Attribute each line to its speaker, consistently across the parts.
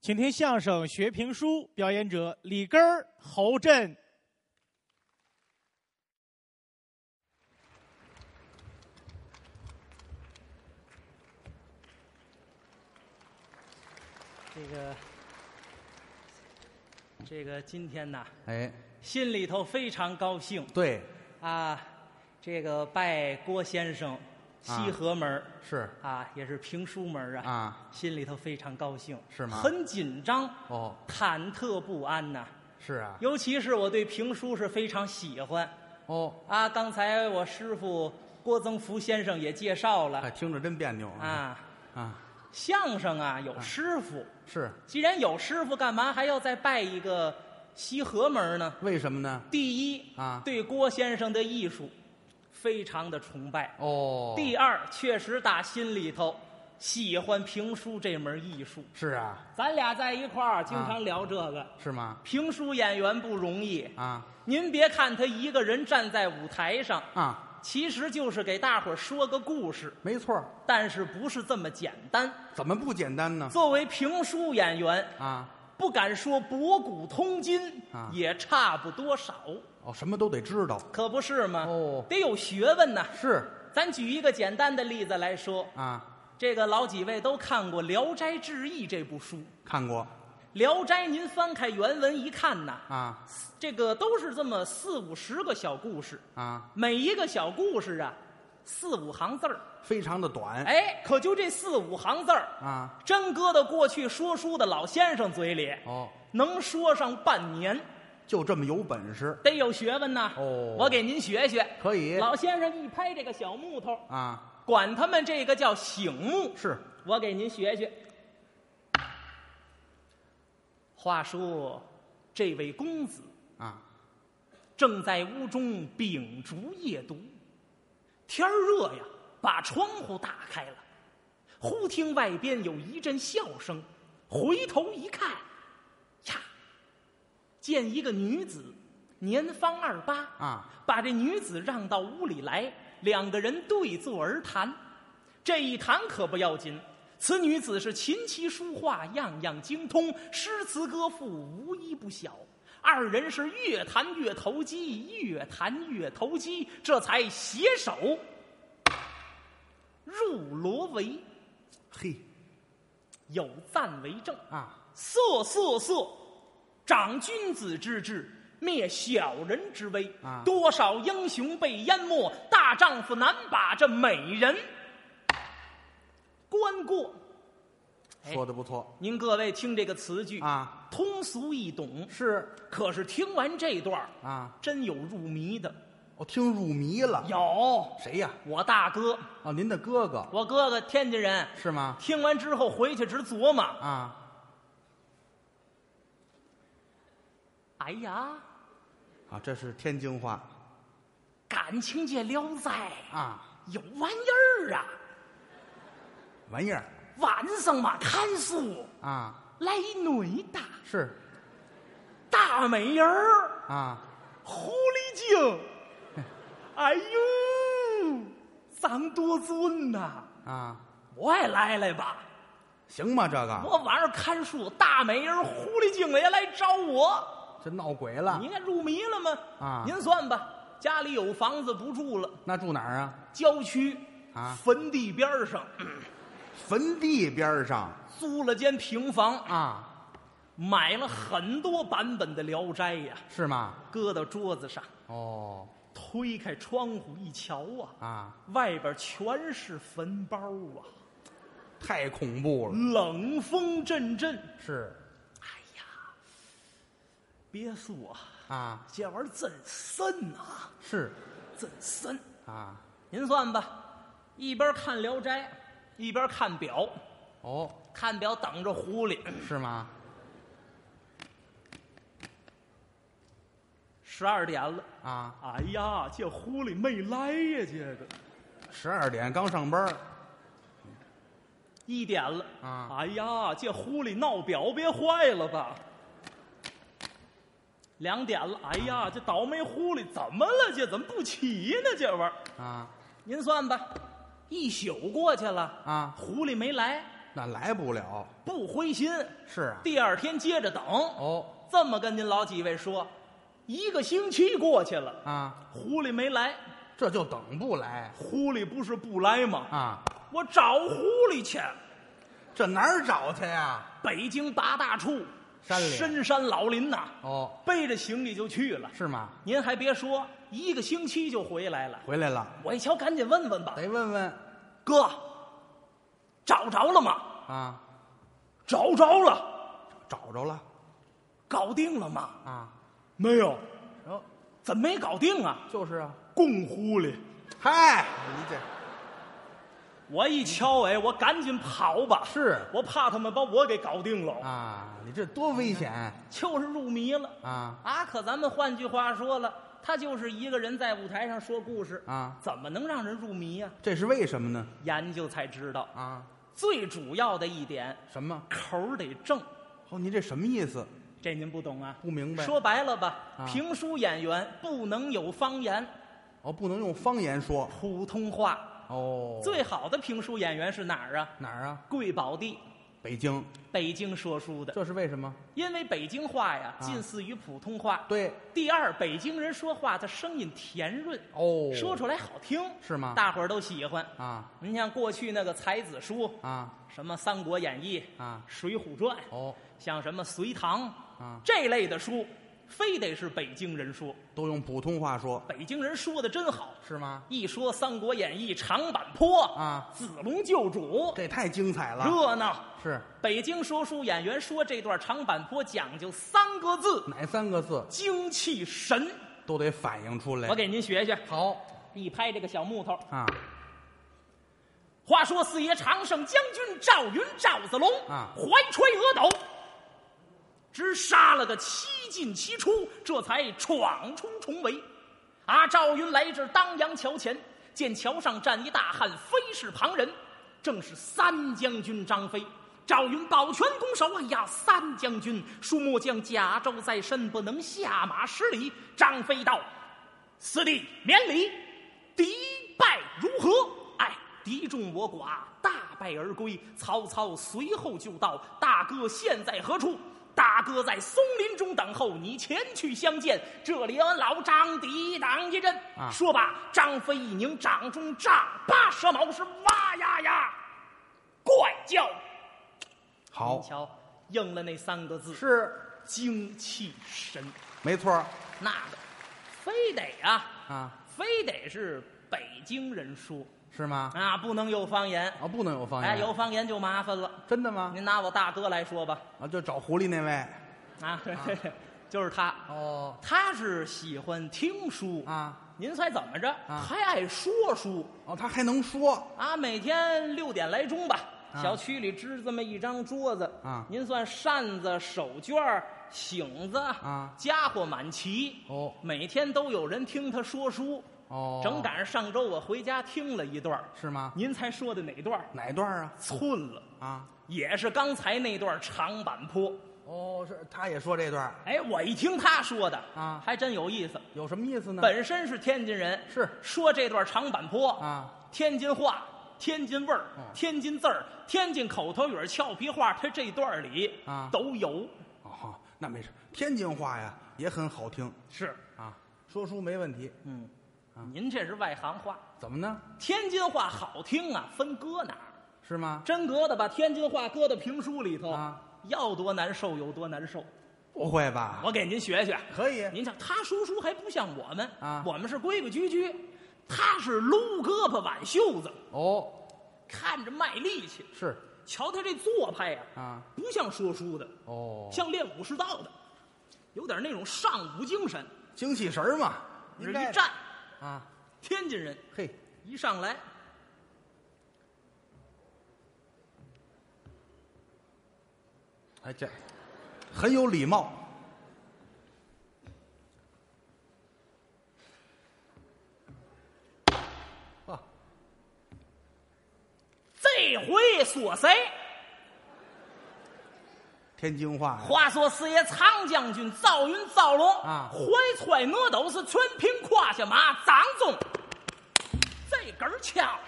Speaker 1: 请听相声《学评书》，表演者李根儿、侯震。
Speaker 2: 这个，这个今天呐，
Speaker 3: 哎，
Speaker 2: 心里头非常高兴
Speaker 3: 对，
Speaker 2: 啊！这个拜郭先生
Speaker 3: 啊
Speaker 2: 西河门儿
Speaker 3: 是
Speaker 2: 啊，也是评书门儿啊，
Speaker 3: 啊，
Speaker 2: 心里头非常高兴，
Speaker 3: 是吗
Speaker 2: 很紧张，
Speaker 3: 哦，
Speaker 2: 忐忑不安呐、
Speaker 3: 是啊，
Speaker 2: 尤其是我对评书是非常喜欢
Speaker 3: 哦，
Speaker 2: 啊！刚才我师傅郭增福先生也介绍
Speaker 3: 哎，
Speaker 2: 了
Speaker 3: 听着真别扭啊
Speaker 2: 啊，
Speaker 3: 啊，
Speaker 2: 相声啊有师傅。
Speaker 3: 是
Speaker 2: 既然有师傅，干嘛还要再拜一个西河门呢？
Speaker 3: 为什么呢？
Speaker 2: 第一
Speaker 3: 啊
Speaker 2: 对郭先生的艺术非常的崇拜；
Speaker 3: 哦，
Speaker 2: 第二，确实打心里头喜欢评书这门艺术。
Speaker 3: 是啊，
Speaker 2: 咱俩在一块儿经常聊这个、
Speaker 3: 是吗？
Speaker 2: 评书演员不容易。
Speaker 3: 啊
Speaker 2: 您别看他一个人站在舞台上，
Speaker 3: 啊，
Speaker 2: 其实就是给大伙儿说个故事，
Speaker 3: 没错儿，
Speaker 2: 但是不是这么简单。
Speaker 3: 怎么不简单呢？
Speaker 2: 作为评书演员，
Speaker 3: 啊，
Speaker 2: 不敢说博古通今，
Speaker 3: 啊
Speaker 2: 也差不多少，
Speaker 3: 哦，什么都得知道，
Speaker 2: 可不是吗？
Speaker 3: 哦
Speaker 2: 得有学问呐。
Speaker 3: 是
Speaker 2: 咱举一个简单的例子来说，
Speaker 3: 啊，
Speaker 2: 这个老几位都看过《聊斋志异》这部书，《
Speaker 3: 看过
Speaker 2: 聊斋》您翻开原文一看呐，
Speaker 3: 啊
Speaker 2: 这个都是这么四五十个小故事，
Speaker 3: 啊，
Speaker 2: 每一个小故事啊，四五行字儿，
Speaker 3: 非常的短，
Speaker 2: 哎，可就这四五行字儿，
Speaker 3: 啊，
Speaker 2: 真搁到过去说书的老先生嘴里，
Speaker 3: 哦，
Speaker 2: 能说上半年。
Speaker 3: 就这么有本事，
Speaker 2: 得有学问呐。
Speaker 3: 哦
Speaker 2: 我给您学学。
Speaker 3: 可以
Speaker 2: 老先生一拍这个小木头，
Speaker 3: 啊，
Speaker 2: 管他们这个叫醒木。
Speaker 3: 是
Speaker 2: 我给您学学。话说，这位公子
Speaker 3: 啊，
Speaker 2: 正在屋中秉烛夜读，天儿热呀，把窗户打开了，忽听外边有一阵笑声，回头一看，呀，见一个女子，年方二八
Speaker 3: 啊，
Speaker 2: 把这女子让到屋里来，两个人对坐而谈。这一谈可不要紧，此女子是琴棋书画样样精通，诗词歌赋无一不晓。二人是越谈越投机，越谈越投机，这才携手入罗围，
Speaker 3: 嘿
Speaker 2: 有赞为证。
Speaker 3: 啊，
Speaker 2: 色色色，长君子之志，灭小人之威。
Speaker 3: 啊
Speaker 2: 多少英雄被淹没，大丈夫难把这美人关过。哎
Speaker 3: 说的不错
Speaker 2: 您各位听这个词句，
Speaker 3: 啊，
Speaker 2: 通俗易懂，
Speaker 3: 是
Speaker 2: 可是听完这段儿
Speaker 3: 啊，
Speaker 2: 真有入迷的。
Speaker 3: 我听入迷了，
Speaker 2: 有
Speaker 3: 谁呀？
Speaker 2: 我大哥，
Speaker 3: 哦，您的哥哥
Speaker 2: 我哥哥天津人，
Speaker 3: 是吗？
Speaker 2: 听完之后回去直琢磨，
Speaker 3: 啊。
Speaker 2: 哎呀，
Speaker 3: 啊，这是天津话
Speaker 2: 感情界聊哉，
Speaker 3: 啊，
Speaker 2: 有玩意儿啊！
Speaker 3: 玩意儿
Speaker 2: 晚上嘛，看书
Speaker 3: 啊，
Speaker 2: 来一女的，
Speaker 3: 是
Speaker 2: 大美人儿，
Speaker 3: 啊，
Speaker 2: 狐狸精，哎呦，长多俊呐、
Speaker 3: 啊，
Speaker 2: 我也来来吧，
Speaker 3: 行吗？这个
Speaker 2: 我晚上看书，大美人儿狐狸精也来找我，
Speaker 3: 这闹鬼了
Speaker 2: 你，看入迷了吗？
Speaker 3: 啊
Speaker 2: 您算吧，家里有房子不住了，
Speaker 3: 那住哪儿啊？
Speaker 2: 郊区
Speaker 3: 啊
Speaker 2: 坟地边儿上
Speaker 3: 坟地边儿上
Speaker 2: 租了间平房，
Speaker 3: 啊，
Speaker 2: 买了很多版本的《聊斋》呀，
Speaker 3: 是吗？
Speaker 2: 搁到桌子上。
Speaker 3: 哦，
Speaker 2: 推开窗户一瞧啊，
Speaker 3: 啊，
Speaker 2: 外边全是坟包啊，
Speaker 3: 太恐怖了，
Speaker 2: 冷风阵阵。
Speaker 3: 是
Speaker 2: 哎呀，别说啊，
Speaker 3: 啊，
Speaker 2: 这玩意儿真深啊，
Speaker 3: 是
Speaker 2: 真深。
Speaker 3: 啊，
Speaker 2: 您算吧，一边看《聊斋》，一边看表，
Speaker 3: 哦，
Speaker 2: 看表等着狐狸。
Speaker 3: 是吗？
Speaker 2: 十二点了，
Speaker 3: 啊，
Speaker 2: 哎呀，这狐狸没来呀、这个
Speaker 3: 十二点刚上班儿
Speaker 2: 一点了，
Speaker 3: 啊
Speaker 2: 哎呀，这狐狸闹表别坏了吧？两点了，哎呀，这倒霉狐狸怎么了？这怎么不起呢？这玩意儿，
Speaker 3: 啊
Speaker 2: 您算吧，一宿过去了
Speaker 3: 啊
Speaker 2: 狐狸没来，
Speaker 3: 那来不了。
Speaker 2: 不灰心。
Speaker 3: 是啊，
Speaker 2: 第二天接着等。
Speaker 3: 哦
Speaker 2: 这么跟您老几位说，一个星期过去了，
Speaker 3: 啊，
Speaker 2: 狐狸没来。
Speaker 3: 这就等不来
Speaker 2: 狐狸不是不来吗？
Speaker 3: 啊，
Speaker 2: 我找狐狸去。
Speaker 3: 这哪儿找去呀？
Speaker 2: 北京八大处，
Speaker 3: 山里
Speaker 2: 深山老林呐，
Speaker 3: 哦，
Speaker 2: 背着行李就去了。
Speaker 3: 是吗？
Speaker 2: 您还别说，一个星期就回来了。
Speaker 3: 回来了，
Speaker 2: 我一瞧，赶紧问问吧，
Speaker 3: 得问问
Speaker 2: 哥，找着了吗？
Speaker 3: 啊，
Speaker 2: 找着了，
Speaker 3: 找着了
Speaker 2: 搞定了吗？
Speaker 3: 啊，
Speaker 2: 没有，
Speaker 3: 然后
Speaker 2: 怎么没搞定啊？
Speaker 3: 就是啊，
Speaker 2: 共狐狸。
Speaker 3: 嗨，你这
Speaker 2: 我一瞧，哎，我赶紧跑吧，
Speaker 3: 是
Speaker 2: 我怕他们把我给搞定了，
Speaker 3: 啊，你这多危险
Speaker 2: 就是入迷了。
Speaker 3: 啊！
Speaker 2: 啊，可咱们换句话说了，他就是一个人在舞台上说故事
Speaker 3: 啊
Speaker 2: 怎么能让人入迷呀、
Speaker 3: 这是为什么呢？
Speaker 2: 研究才知道，
Speaker 3: 啊，
Speaker 2: 最主要的一点，
Speaker 3: 什么？
Speaker 2: 口儿得正，
Speaker 3: 哦，您这什么意思？
Speaker 2: 这您不懂啊？
Speaker 3: 不明白
Speaker 2: 说白了吧，
Speaker 3: 啊
Speaker 2: 评书演员不能有方言，
Speaker 3: 哦，不能用方言说
Speaker 2: 普通话。
Speaker 3: 哦。
Speaker 2: 最好的评书演员是哪儿啊？
Speaker 3: 哪儿啊？
Speaker 2: 贵宝地，
Speaker 3: 北京，
Speaker 2: 北京说书的，
Speaker 3: 这是为什么？
Speaker 2: 因为北京话呀，
Speaker 3: 啊
Speaker 2: 近似于普通话。
Speaker 3: 对
Speaker 2: 第二，北京人说话的声音甜润，
Speaker 3: 哦，
Speaker 2: 说出来好听，
Speaker 3: 是吗？
Speaker 2: 大伙儿都喜欢。
Speaker 3: 啊
Speaker 2: 你像过去那个才子书，
Speaker 3: 啊
Speaker 2: 什么《三国演义》
Speaker 3: 啊
Speaker 2: 《水浒传》，
Speaker 3: 哦
Speaker 2: 像什么《隋唐》
Speaker 3: 啊，
Speaker 2: 这类的书，非得是北京人说。
Speaker 3: 都用普通话说
Speaker 2: 北京人说的真好，
Speaker 3: 是吗？
Speaker 2: 一说《三国演义》长坂坡
Speaker 3: 啊
Speaker 2: 子龙救主，
Speaker 3: 这太精彩了，
Speaker 2: 热闹。
Speaker 3: 是
Speaker 2: 北京说书演员说这段长坂坡讲究三个字：
Speaker 3: 哪三个字
Speaker 2: 精气神。
Speaker 3: 都得反映出来
Speaker 2: 我。给您学学，
Speaker 3: 好
Speaker 2: 一拍这个小木头。
Speaker 3: 啊
Speaker 2: 话说四爷常胜将军赵云赵子龙
Speaker 3: 啊
Speaker 2: 怀揣阿斗，直杀了个七进七出，这才闯出重围。啊，赵云来至当阳桥前，见桥上站一大汉，非是旁人，正是三将军张飞。赵云抱拳拱手，哎呀，三将军，恕末将甲胄在身，不能下马施礼。张飞道：“四弟免礼，敌败如何？哎，敌众我寡，大败而归。曹操随后就到，大哥现在何处？大哥在松林中等候你前去相见，这里俺老张抵挡一阵。
Speaker 3: 啊
Speaker 2: 说罢，张飞一拧掌中丈八蛇矛，是哇呀呀，怪叫。
Speaker 3: 好
Speaker 2: 您瞧，应了那三个字，
Speaker 3: 是
Speaker 2: 精气神。
Speaker 3: 没错儿
Speaker 2: 那个，非得啊，
Speaker 3: 啊
Speaker 2: 非得是北京人说
Speaker 3: 是吗？
Speaker 2: 啊，不能有方言。
Speaker 3: 啊不能有方言
Speaker 2: 哎，有方言就麻烦了。
Speaker 3: 真的吗？
Speaker 2: 您拿我大哥来说吧，
Speaker 3: 啊就找狐狸那位
Speaker 2: 啊， 就是他，
Speaker 3: 哦
Speaker 2: 他是喜欢听书。
Speaker 3: 啊
Speaker 2: 您猜怎么着？
Speaker 3: 啊
Speaker 2: 还爱说书
Speaker 3: 哦他还能说
Speaker 2: 啊！每天六点来钟吧，
Speaker 3: 啊
Speaker 2: 小区里支这么一张桌子
Speaker 3: 啊
Speaker 2: 您算扇子、手绢儿、醒子
Speaker 3: 啊
Speaker 2: 家伙满齐
Speaker 3: 哦
Speaker 2: 每天都有人听他说书。
Speaker 3: 哦
Speaker 2: 正赶上上周我回家听了一段儿，
Speaker 3: 是吗？
Speaker 2: 您猜说的哪段儿？
Speaker 3: 哪段儿啊
Speaker 2: 寸了，
Speaker 3: 啊
Speaker 2: 也是刚才那段长坂坡。
Speaker 3: 哦是他也说这段儿
Speaker 2: 哎，我一听他说的
Speaker 3: 啊嗯
Speaker 2: 还真有意思。
Speaker 3: 有什么意思呢？
Speaker 2: 本身是天津人，
Speaker 3: 是
Speaker 2: 说这段长坂坡，
Speaker 3: 啊
Speaker 2: 天津话、天津味儿、
Speaker 3: 嗯
Speaker 2: 天津字儿、天津口头语儿、俏皮话，他这段里
Speaker 3: 啊
Speaker 2: 都有。
Speaker 3: 哦，那没事，天津话呀也很好听
Speaker 2: 是，
Speaker 3: 啊，说书没问题。
Speaker 2: 嗯，
Speaker 3: 啊
Speaker 2: 您这是外行话。
Speaker 3: 怎么呢？
Speaker 2: 天津话好听啊，分搁哪儿？
Speaker 3: 是吗？
Speaker 2: 真搁的把天津话搁到评书里头，
Speaker 3: 啊
Speaker 2: 要多难受有多难受。
Speaker 3: 不会吧？
Speaker 2: 我给您学学。
Speaker 3: 可以
Speaker 2: 您瞧，他叔叔还不像我们
Speaker 3: 啊
Speaker 2: 我们是规规矩矩，他是撸胳膊挽袖子，
Speaker 3: 哦，
Speaker 2: 看着卖力气。
Speaker 3: 是
Speaker 2: 瞧他这做派呀、
Speaker 3: 啊，
Speaker 2: 不像说书的，
Speaker 3: 哦，
Speaker 2: 像练武士道的，有点那种尚武精神。
Speaker 3: 精气神儿嘛，
Speaker 2: 这
Speaker 3: 应
Speaker 2: 一
Speaker 3: 该
Speaker 2: 站，
Speaker 3: 啊，
Speaker 2: 天津人
Speaker 3: 嘿，
Speaker 2: 一上来，
Speaker 3: 哎这很有礼貌，啊，
Speaker 2: 这回说谁？
Speaker 3: 天津话呀
Speaker 2: 话说四爷常将军赵云赵龙
Speaker 3: 啊
Speaker 2: 怀揣哪斗是全凭胯下马掌中这根儿枪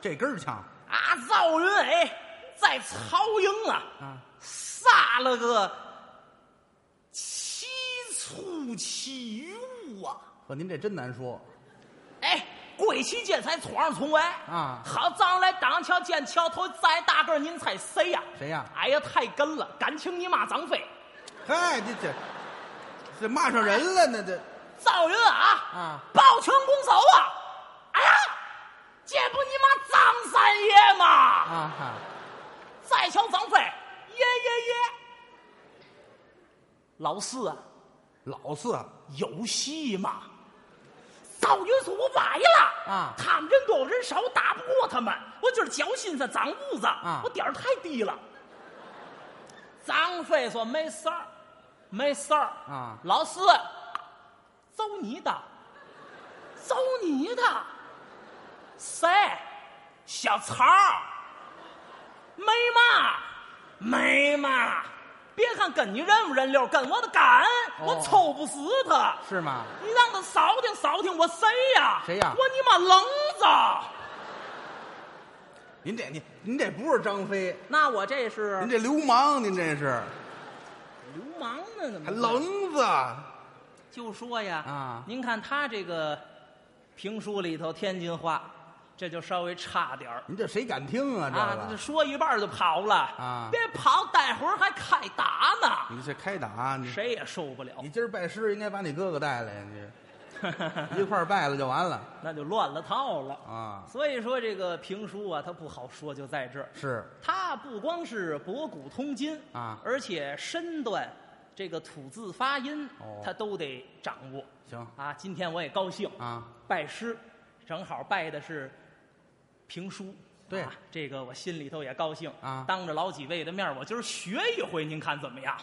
Speaker 3: 这根儿强
Speaker 2: 啊，赵云哎，在曹营啊，
Speaker 3: 啊，
Speaker 2: 撒了个七醋起雾啊！
Speaker 3: 呵，您这真难说
Speaker 2: 哎，贵戚见财，皇上从来
Speaker 3: 啊
Speaker 2: 好，张来挡桥见桥头栽大个儿，您猜谁呀、
Speaker 3: 谁呀
Speaker 2: 哎呀，太跟了，敢情你骂张飞，
Speaker 3: 嗨，这这这骂上人了呢，这
Speaker 2: 赵云啊，
Speaker 3: 啊，
Speaker 2: 抱拳拱手啊！哎呀，这不你妈张三爷吗？
Speaker 3: 啊哈，
Speaker 2: 再瞧张飞，耶耶耶！老四啊，
Speaker 3: 老四啊，
Speaker 2: 有戏吗？赵云说：“我崴了
Speaker 3: 啊
Speaker 2: 他们人多人少，打不过他们。我今儿脚心思长痦子
Speaker 3: 啊
Speaker 2: 我点儿太低了。”张飞说：“没事儿，没事儿
Speaker 3: 啊
Speaker 2: 老四，揍你的，揍你的，谁？小曹儿，没嘛，没嘛。别看跟你认不认溜儿，跟我的敢，我
Speaker 3: 哦
Speaker 2: 抽不死他。
Speaker 3: 是吗？
Speaker 2: 你让他扫听扫听，我谁呀？
Speaker 3: 谁呀
Speaker 2: 我你妈棱子！
Speaker 3: 您这您您这不是张飞，
Speaker 2: 那我这是
Speaker 3: 您这流氓，您这是
Speaker 2: 流氓呢？怎么
Speaker 3: 还？棱子
Speaker 2: 就说呀
Speaker 3: 啊
Speaker 2: 您看他这个评书里头天津话，这就稍微差点儿
Speaker 3: 您这谁敢听啊？这
Speaker 2: 啊，他
Speaker 3: 个
Speaker 2: 就说一半儿就跑了
Speaker 3: 啊
Speaker 2: 别跑，待会儿还开打呢，
Speaker 3: 你这开打，你
Speaker 2: 谁也受不了，
Speaker 3: 你今儿拜师应该把你哥哥带来，你这一块儿拜了就完了
Speaker 2: 那就乱了套了。
Speaker 3: 嗯啊！
Speaker 2: 所以说这个评书啊，它不好说，就在这儿。
Speaker 3: 是
Speaker 2: 它不光是博古通今
Speaker 3: 啊
Speaker 2: 而且身段、这个吐字发音，
Speaker 3: 哦
Speaker 2: 它都得掌握
Speaker 3: 行
Speaker 2: 啊。今天我也高兴，
Speaker 3: 啊，
Speaker 2: 拜师，正好拜的是评书。
Speaker 3: 对
Speaker 2: 啊这个我心里头也高兴
Speaker 3: 啊
Speaker 2: 当着老几位的面儿，我今儿学一回，您看怎么样？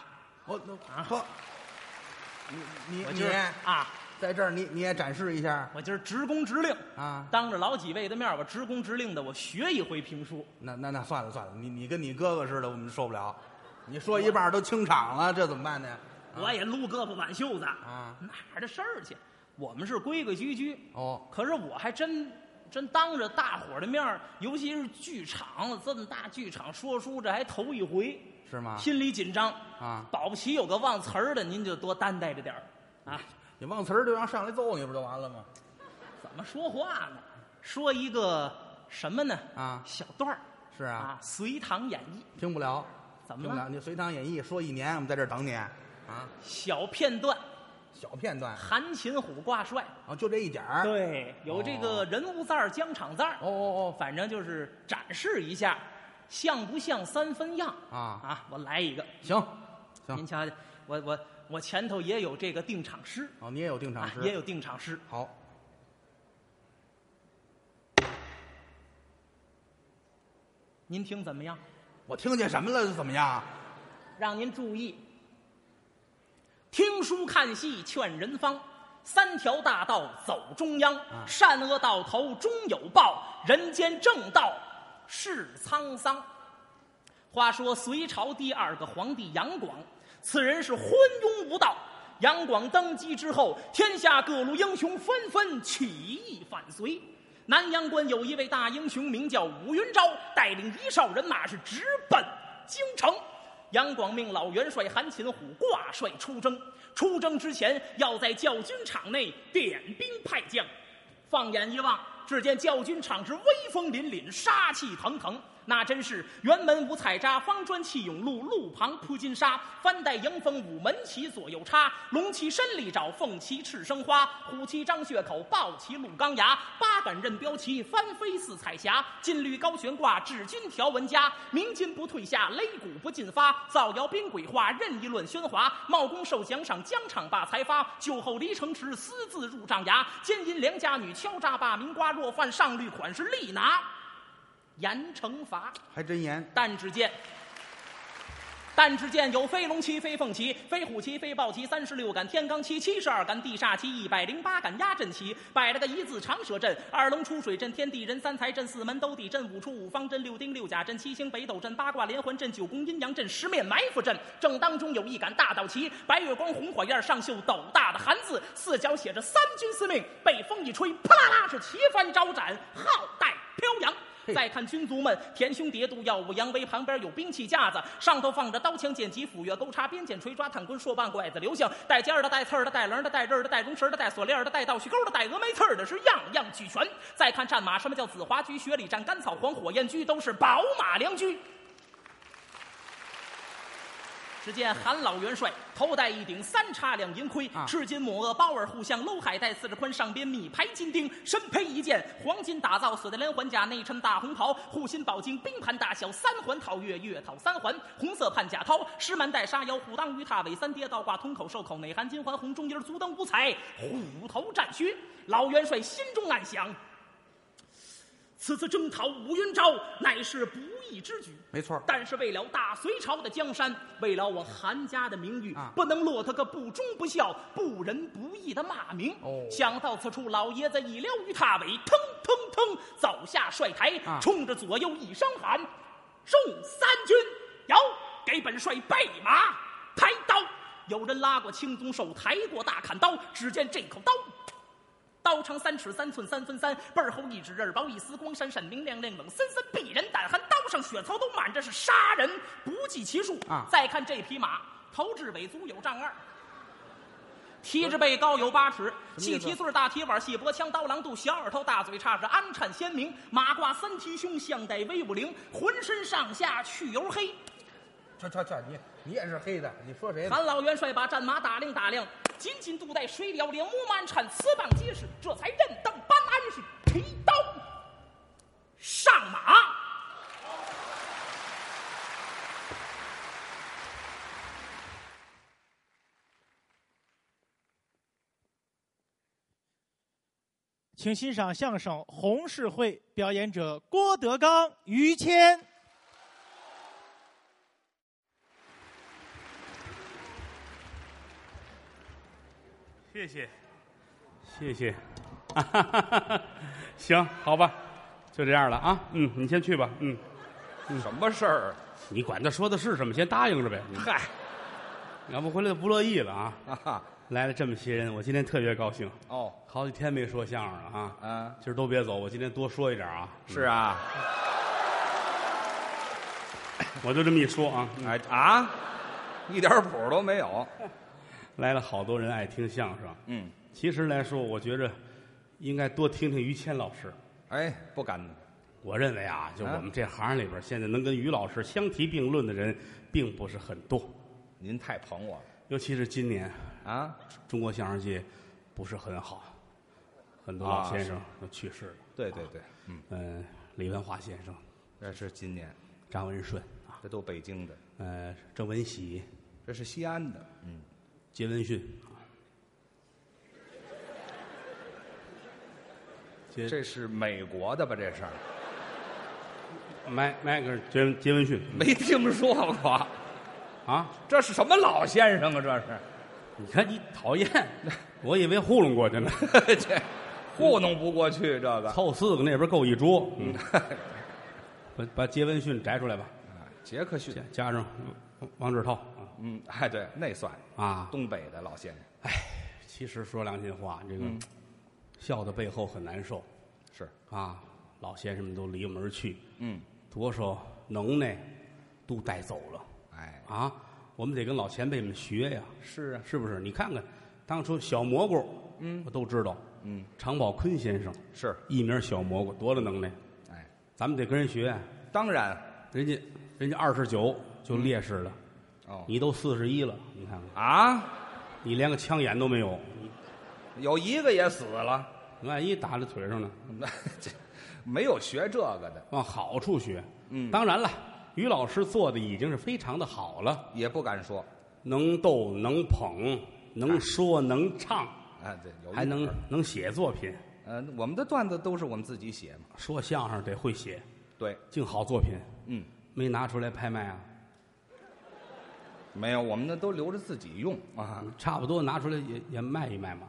Speaker 3: 我
Speaker 2: 啊
Speaker 3: 呵，你你
Speaker 2: 我
Speaker 3: 你
Speaker 2: 今儿啊，
Speaker 3: 在这儿你你也展示一下
Speaker 2: 我今儿直工直令，
Speaker 3: 啊？
Speaker 2: 当着老几位的面儿，我直工直令的，我学一回评书。
Speaker 3: 那那那算了算了，你你跟你哥哥似的，我们受不了。你说一半儿都清场了，这怎么办呢？
Speaker 2: 我也撸胳膊挽袖子
Speaker 3: 啊
Speaker 2: 哪儿的事儿去？我们是规规矩矩，
Speaker 3: 哦，
Speaker 2: 可是我还真真当着大伙儿的面儿尤其是剧场这么大剧场说书，这还头一回，
Speaker 3: 是吗？
Speaker 2: 心里紧张
Speaker 3: 啊
Speaker 2: 保不齐有个忘词儿的，您就多担待着点儿啊。
Speaker 3: 你忘词儿就让上来揍你不就完了吗？
Speaker 2: 怎么说话呢？说一个什么呢？
Speaker 3: 啊
Speaker 2: 小段儿
Speaker 3: 是啊，
Speaker 2: 啊，隋唐演义
Speaker 3: 听不了，
Speaker 2: 怎么
Speaker 3: 听不了。
Speaker 2: 了？
Speaker 3: 你《隋唐演义》说一年，我们在这儿等你啊，
Speaker 2: 小片段，
Speaker 3: 小片段
Speaker 2: 韩擒虎挂帅，
Speaker 3: 啊，哦就这一点儿。
Speaker 2: 对，有这个人物字儿、疆场字儿，
Speaker 3: 哦哦
Speaker 2: 反正就是展示一下，像不像三分样
Speaker 3: 哦啊，
Speaker 2: 啊？我来一个，
Speaker 3: 行
Speaker 2: 您
Speaker 3: 行，
Speaker 2: 瞧瞧，我我我前头也有这个定场诗
Speaker 3: 哦，你也有定场
Speaker 2: 啊，
Speaker 3: 诗，
Speaker 2: 也有定场诗。
Speaker 3: 好。
Speaker 2: 您听怎么样？
Speaker 3: 我听见什么了？怎么样？
Speaker 2: 让您注意，听书看戏劝人方，三条大道走中央，
Speaker 3: 啊
Speaker 2: 善恶到头终有报，人间正道是沧桑。话说隋朝第二个皇帝杨广，此人是昏庸无道。杨广登基之后，天下各路英雄纷纷起义反隋。南阳关有一位大英雄，名叫武云昭，带领一哨人马是直奔京城。杨广命老元帅韩擒虎挂帅出征，出征之前要在教军场内点兵派将。放眼一望，只见教军场是威风凛凛，杀气腾腾，那真是辕门五彩扎，方砖砌甬路，路旁铺金沙，翻带迎风五门旗左右插，龙旗深里爪，凤旗赤生花，虎旗张血口，豹旗露钢牙，八杆任标旗，翻飞似彩霞，金绿高悬挂，治军条文家，鸣金不退下，擂鼓不进发，造谣编鬼话，任意论喧哗，冒功受奖赏，疆场霸财发，酒后离城池，私自入帐衙，奸淫良家女，敲诈霸民瓜，若犯上律款是立拿严惩罚。
Speaker 3: 还真言
Speaker 2: 但只见。但只见有飞龙旗、飞凤旗、飞虎旗、飞豹旗三十六杆天罡旗、七十二杆地煞旗、一百零八杆压阵旗，摆了个一字长蛇阵、二龙出水阵、天地人三才阵、四门兜底阵、五出五方阵、六丁六甲阵、七星北斗阵、八卦连环阵、九宫阴阳阵、十面埋伏阵。正当中有一杆大道旗，白月光红火焰上绣斗大的寒字，四角写着“三军司令”，被风一吹，啪啦啦是旗幡招展，浩带飘扬。
Speaker 3: 嘿
Speaker 2: 再看军卒们填胸叠肚，耀武扬威，旁边有兵器架子，上头放着刀枪剑戟斧钺钩叉鞭锏锤抓探棍槊棒拐子流星，带尖儿的带刺儿的带棱儿的带刃儿的带绒绳儿的带锁链儿的带倒叙钩的带峨眉刺儿的，是样样俱全。再看战马，什么叫紫花驹、雪里战、甘草黄、火焰驹，都是宝马良驹。只见韩老元帅头戴一顶三叉两银盔，
Speaker 3: 啊
Speaker 2: 赤金抹额，包儿护相，搂海带四十宽，上边密排金钉，身披一件黄金打造锁带连环甲，内衬大红袍，护心宝镜，冰盘大小，三环套月，月套三环，红色盼甲绦，狮蛮带沙腰，虎当鱼踏尾，三跌倒挂通口，兽口内含金环，红中缨，足蹬五彩，虎头战靴。老元帅心中暗想：此次征讨吴云昭，乃是不义之举。
Speaker 3: 没错儿，
Speaker 2: 但是为了大隋朝的江山，为了我韩家的名誉，
Speaker 3: 啊
Speaker 2: 不能落他个不忠不孝、不仁不义的骂名。
Speaker 3: 哦
Speaker 2: 想到此处，老爷子已撩于踏尾，腾腾腾走下帅台，
Speaker 3: 啊
Speaker 2: 冲着左右一声喊：“众三军，摇，给本帅备马，抬刀！”有人拉过青鬃手，抬过大砍刀，只见这口刀刀长三尺三寸三分三，背儿厚一指刃儿薄一丝，光闪闪明亮亮，冷森森，鄙人胆寒。刀上血槽都满，这是杀人不计其数
Speaker 3: 啊
Speaker 2: 再看这匹马，头至尾足有丈二，蹄至背高有八尺，
Speaker 3: 什么
Speaker 2: 细
Speaker 3: 意思
Speaker 2: 蹄穗儿大蹄碗，细脖腔刀郎肚，小耳朵大嘴叉是鞍颤鲜明，马褂三蹄胸，项带威武灵，浑身上下去油黑。
Speaker 3: 去去去，你你也是黑的，你说谁呢？
Speaker 2: 韩老元帅把战马打量打量，紧紧肚带水了两目满产，此棒结实，这才认凳搬鞍是提刀上马。
Speaker 1: 请欣赏相声《红事会》，表演者郭德纲、于谦。
Speaker 4: 谢谢，谢谢， 行，好吧，就这样了啊。嗯，你先去吧。嗯，
Speaker 5: 什么事儿？
Speaker 4: 你管他说的是什么，先答应着呗。嗯
Speaker 5: 嗨，
Speaker 4: 要不回来就不乐意了啊。
Speaker 5: 啊哈，
Speaker 4: 来了这么些人，我今天特别高兴，
Speaker 5: 哦，
Speaker 4: 好几天没说相声了啊。
Speaker 5: 嗯
Speaker 4: 今儿都别走，我今天多说一点啊。
Speaker 5: 是啊，
Speaker 4: 我就这么一说啊，嗯
Speaker 5: 哎啊，一点谱都没有。
Speaker 4: 来了好多人爱听相声。
Speaker 5: 嗯，
Speaker 4: 其实来说，我觉着应该多听听于谦老师。
Speaker 5: 哎，不敢，
Speaker 4: 我认为啊，就
Speaker 5: 啊
Speaker 4: 我们这行里边，现在能跟于老师相提并论的人，并不是很多。
Speaker 5: 您太捧我了
Speaker 4: 尤其是今年，
Speaker 5: 啊！
Speaker 4: 中国相声界不是很好，很多老先生都去世了。
Speaker 5: 啊对对对，嗯，
Speaker 4: 嗯、李文华先生、
Speaker 5: 这是今年，
Speaker 4: 张文顺啊，
Speaker 5: 这都北京的，
Speaker 4: 呃，郑文喜、
Speaker 5: 这是西安的，嗯，
Speaker 4: 杰文逊啊，杰
Speaker 5: 这是美国的吧？这是
Speaker 4: 迈迈克尔杰文杰文逊
Speaker 5: 没听说过，
Speaker 4: 啊，
Speaker 5: 这是什么老先生啊？
Speaker 4: 你看你讨厌，我以为糊弄过去呢，
Speaker 5: 这是， 这糊弄不过去这个。
Speaker 4: 凑四个那边够一桌，嗯，把把杰文逊摘出来吧，
Speaker 5: 杰克逊
Speaker 4: 加，加上王志涛啊
Speaker 5: 嗯，哎，对，那算
Speaker 4: 啊，
Speaker 5: 东北的老先生，
Speaker 4: 其实说良心话，这个、笑的背后很难受
Speaker 5: 是，
Speaker 4: 啊。老先生们都离我们而去，
Speaker 5: 嗯，
Speaker 4: 多少能耐都带走了
Speaker 5: 哎，
Speaker 4: 啊！我们得跟老前辈们学呀，
Speaker 5: 是啊，
Speaker 4: 是不是？你看看，当初小蘑菇，嗯，我都知道，
Speaker 5: 嗯，
Speaker 4: 常宝坤先生
Speaker 5: 是，
Speaker 4: 艺名小蘑菇，多大能耐？
Speaker 5: 哎，
Speaker 4: 咱们得跟人学，啊
Speaker 5: 当然，
Speaker 4: 人家人家二十九就烈士了，
Speaker 5: 哦，
Speaker 4: 你都四十一了，你看看，
Speaker 5: 啊，
Speaker 4: 你连个枪眼都没有，
Speaker 5: 有一个也死了，
Speaker 4: 万一打在腿上呢？
Speaker 5: 这没有学这个的，
Speaker 4: 往好处学。
Speaker 5: 嗯
Speaker 4: 当然了，于老师做的已经是非常的好了，
Speaker 5: 也不敢说。
Speaker 4: 能逗、能捧、能说、能唱，
Speaker 5: 啊，对，有一
Speaker 4: 还能能写作品。
Speaker 5: 呃，我们的段子都是我们自己写嘛。
Speaker 4: 说相声得会写，
Speaker 5: 对，
Speaker 4: 净好作品
Speaker 5: 嗯，
Speaker 4: 没拿出来拍卖啊，
Speaker 5: 没有，我们的都留着自己用啊，
Speaker 4: 差不多拿出来也也卖一卖嘛。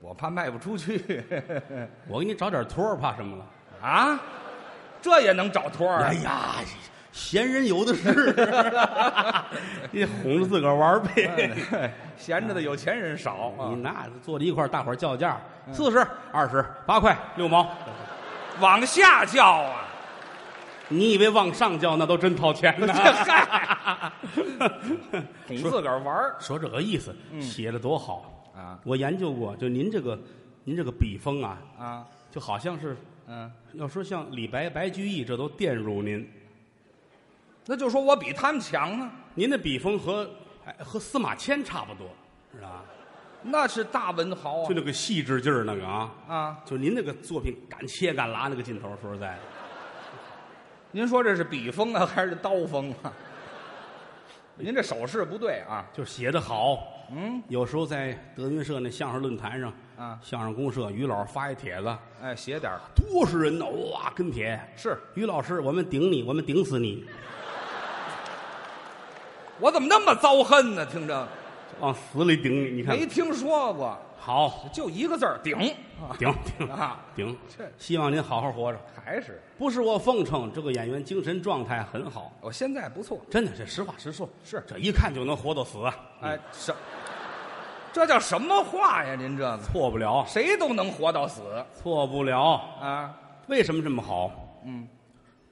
Speaker 5: 我怕卖不出去
Speaker 4: 我给你找点托儿，怕什么了？
Speaker 5: 啊，这也能找托儿啊？
Speaker 4: 哎呀，闲人有的是， 你哄着自个儿玩儿呗。
Speaker 5: 哎， 闲着的有钱人少啊
Speaker 4: 嗯你，那坐在一块儿，大伙儿叫价，四十、二十、八块、六毛，
Speaker 5: 往下叫啊！
Speaker 4: 你以为往上叫那都真掏钱呢？
Speaker 5: 嗨，哄自个儿玩儿
Speaker 4: 说这个意思，写的多好！
Speaker 5: 啊
Speaker 4: 我研究过，就您这个您这个笔锋啊，
Speaker 5: 啊
Speaker 4: 就好像是
Speaker 5: 嗯，
Speaker 4: 要说像李白、白居易，这都玷辱您。
Speaker 5: 那就说我比他们强啊呢，
Speaker 4: 您的笔锋和哎和司马迁差不多，是吧？
Speaker 5: 那是大文豪
Speaker 4: 就那个细致劲儿那个啊，
Speaker 5: 啊啊！
Speaker 4: 就您那个作品敢切敢拉那个劲头，说实在的，
Speaker 5: 您说这是笔锋啊，还是刀锋啊？ 您这手势不对啊！
Speaker 4: 就写的好。
Speaker 5: 嗯，
Speaker 4: 有时候在德云社那相声论坛上，
Speaker 5: 啊
Speaker 4: 相声公社于老师发一帖子，
Speaker 5: 哎，写点儿
Speaker 4: 多少人呢？哇，跟帖
Speaker 5: 是
Speaker 4: 于老师，我们顶你，我们顶死你，
Speaker 5: 我怎么那么遭恨呢？听着，
Speaker 4: 往死里顶你，你看
Speaker 5: 没听说过，
Speaker 4: 好
Speaker 5: 就一个字儿顶啊
Speaker 4: 顶顶
Speaker 5: 啊！
Speaker 4: 顶
Speaker 5: 这，
Speaker 4: 希望您好好活着。
Speaker 5: 还是
Speaker 4: 不是我奉承，这个演员精神状态很好，
Speaker 5: 我现在不错，
Speaker 4: 真的，这实话实说，
Speaker 5: 是
Speaker 4: 这一看就能活到死啊，
Speaker 5: 哎，什这叫什么话呀？您这个
Speaker 4: 错不了，
Speaker 5: 谁都能活到死
Speaker 4: 错不了。
Speaker 5: 啊！
Speaker 4: 为什么这么好？
Speaker 5: 嗯，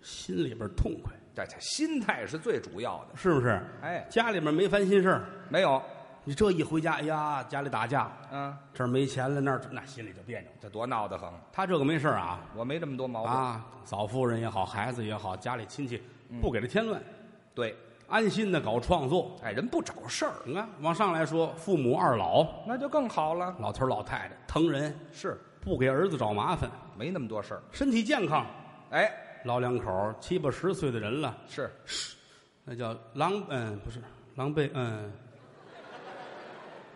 Speaker 4: 心里边痛快，
Speaker 5: 这这心态是最主要的。
Speaker 4: 是不是？
Speaker 5: 哎，
Speaker 4: 家里边没烦心事儿，
Speaker 5: 没有，
Speaker 4: 你这一回家，哎呀，家里打架，
Speaker 5: 啊，
Speaker 4: 这儿没钱了，那儿那心里就别扭。
Speaker 5: 这多闹得很！
Speaker 4: 他这个没事儿啊
Speaker 5: 我没这么多毛病。
Speaker 4: 啊，嫂夫人也好，孩子也好，家里亲戚
Speaker 5: 嗯
Speaker 4: 不给他添乱，
Speaker 5: 对，
Speaker 4: 安心的搞创作。
Speaker 5: 哎，人不找事儿，
Speaker 4: 你看，往上来说，父母二老，
Speaker 5: 那就更好了。
Speaker 4: 老头儿老太太疼人，
Speaker 5: 是，
Speaker 4: 不给儿子找麻烦，
Speaker 5: 没那么多事儿。
Speaker 4: 身体健康。
Speaker 5: 哎，
Speaker 4: 老两口儿七八十岁的人了，
Speaker 5: 是
Speaker 4: 那叫狼，嗯，不是狼狈，嗯，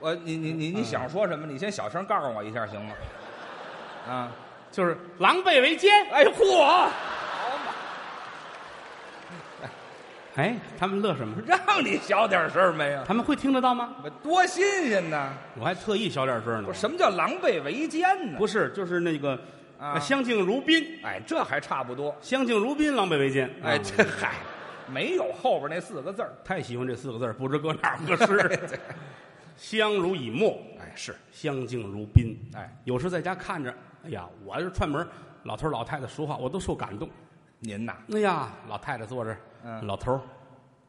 Speaker 5: 我，你你你你想说什么？你先小声告诉我一下行吗？啊，
Speaker 4: 就是狼狈为奸。
Speaker 5: 哎嚯，
Speaker 4: 哎，他们乐什么？
Speaker 5: 让你小点声儿没有？
Speaker 4: 他们会听得到吗？
Speaker 5: 我多新鲜呐！
Speaker 4: 我还特意小点声呢。
Speaker 5: 不是，什么叫狼狈为奸呢？
Speaker 4: 不是，就是那个呃
Speaker 5: 啊
Speaker 4: 相敬如宾，
Speaker 5: 哎，这还差不多。
Speaker 4: 相敬如宾，狼狈为奸。
Speaker 5: 哎，
Speaker 4: 啊
Speaker 5: 这嗨，没有后边那四个字儿。
Speaker 4: 太喜欢这四个字儿，不知搁哪儿合 适。相濡以沫，
Speaker 5: 哎，是，
Speaker 4: 相敬如宾。
Speaker 5: 哎，
Speaker 4: 有时在家看着，哎呀，我这串门，老头儿老太太说话，我都受感动。
Speaker 5: 您呐，
Speaker 4: 哎呀，老太太坐这儿，
Speaker 5: 嗯
Speaker 4: 老头儿，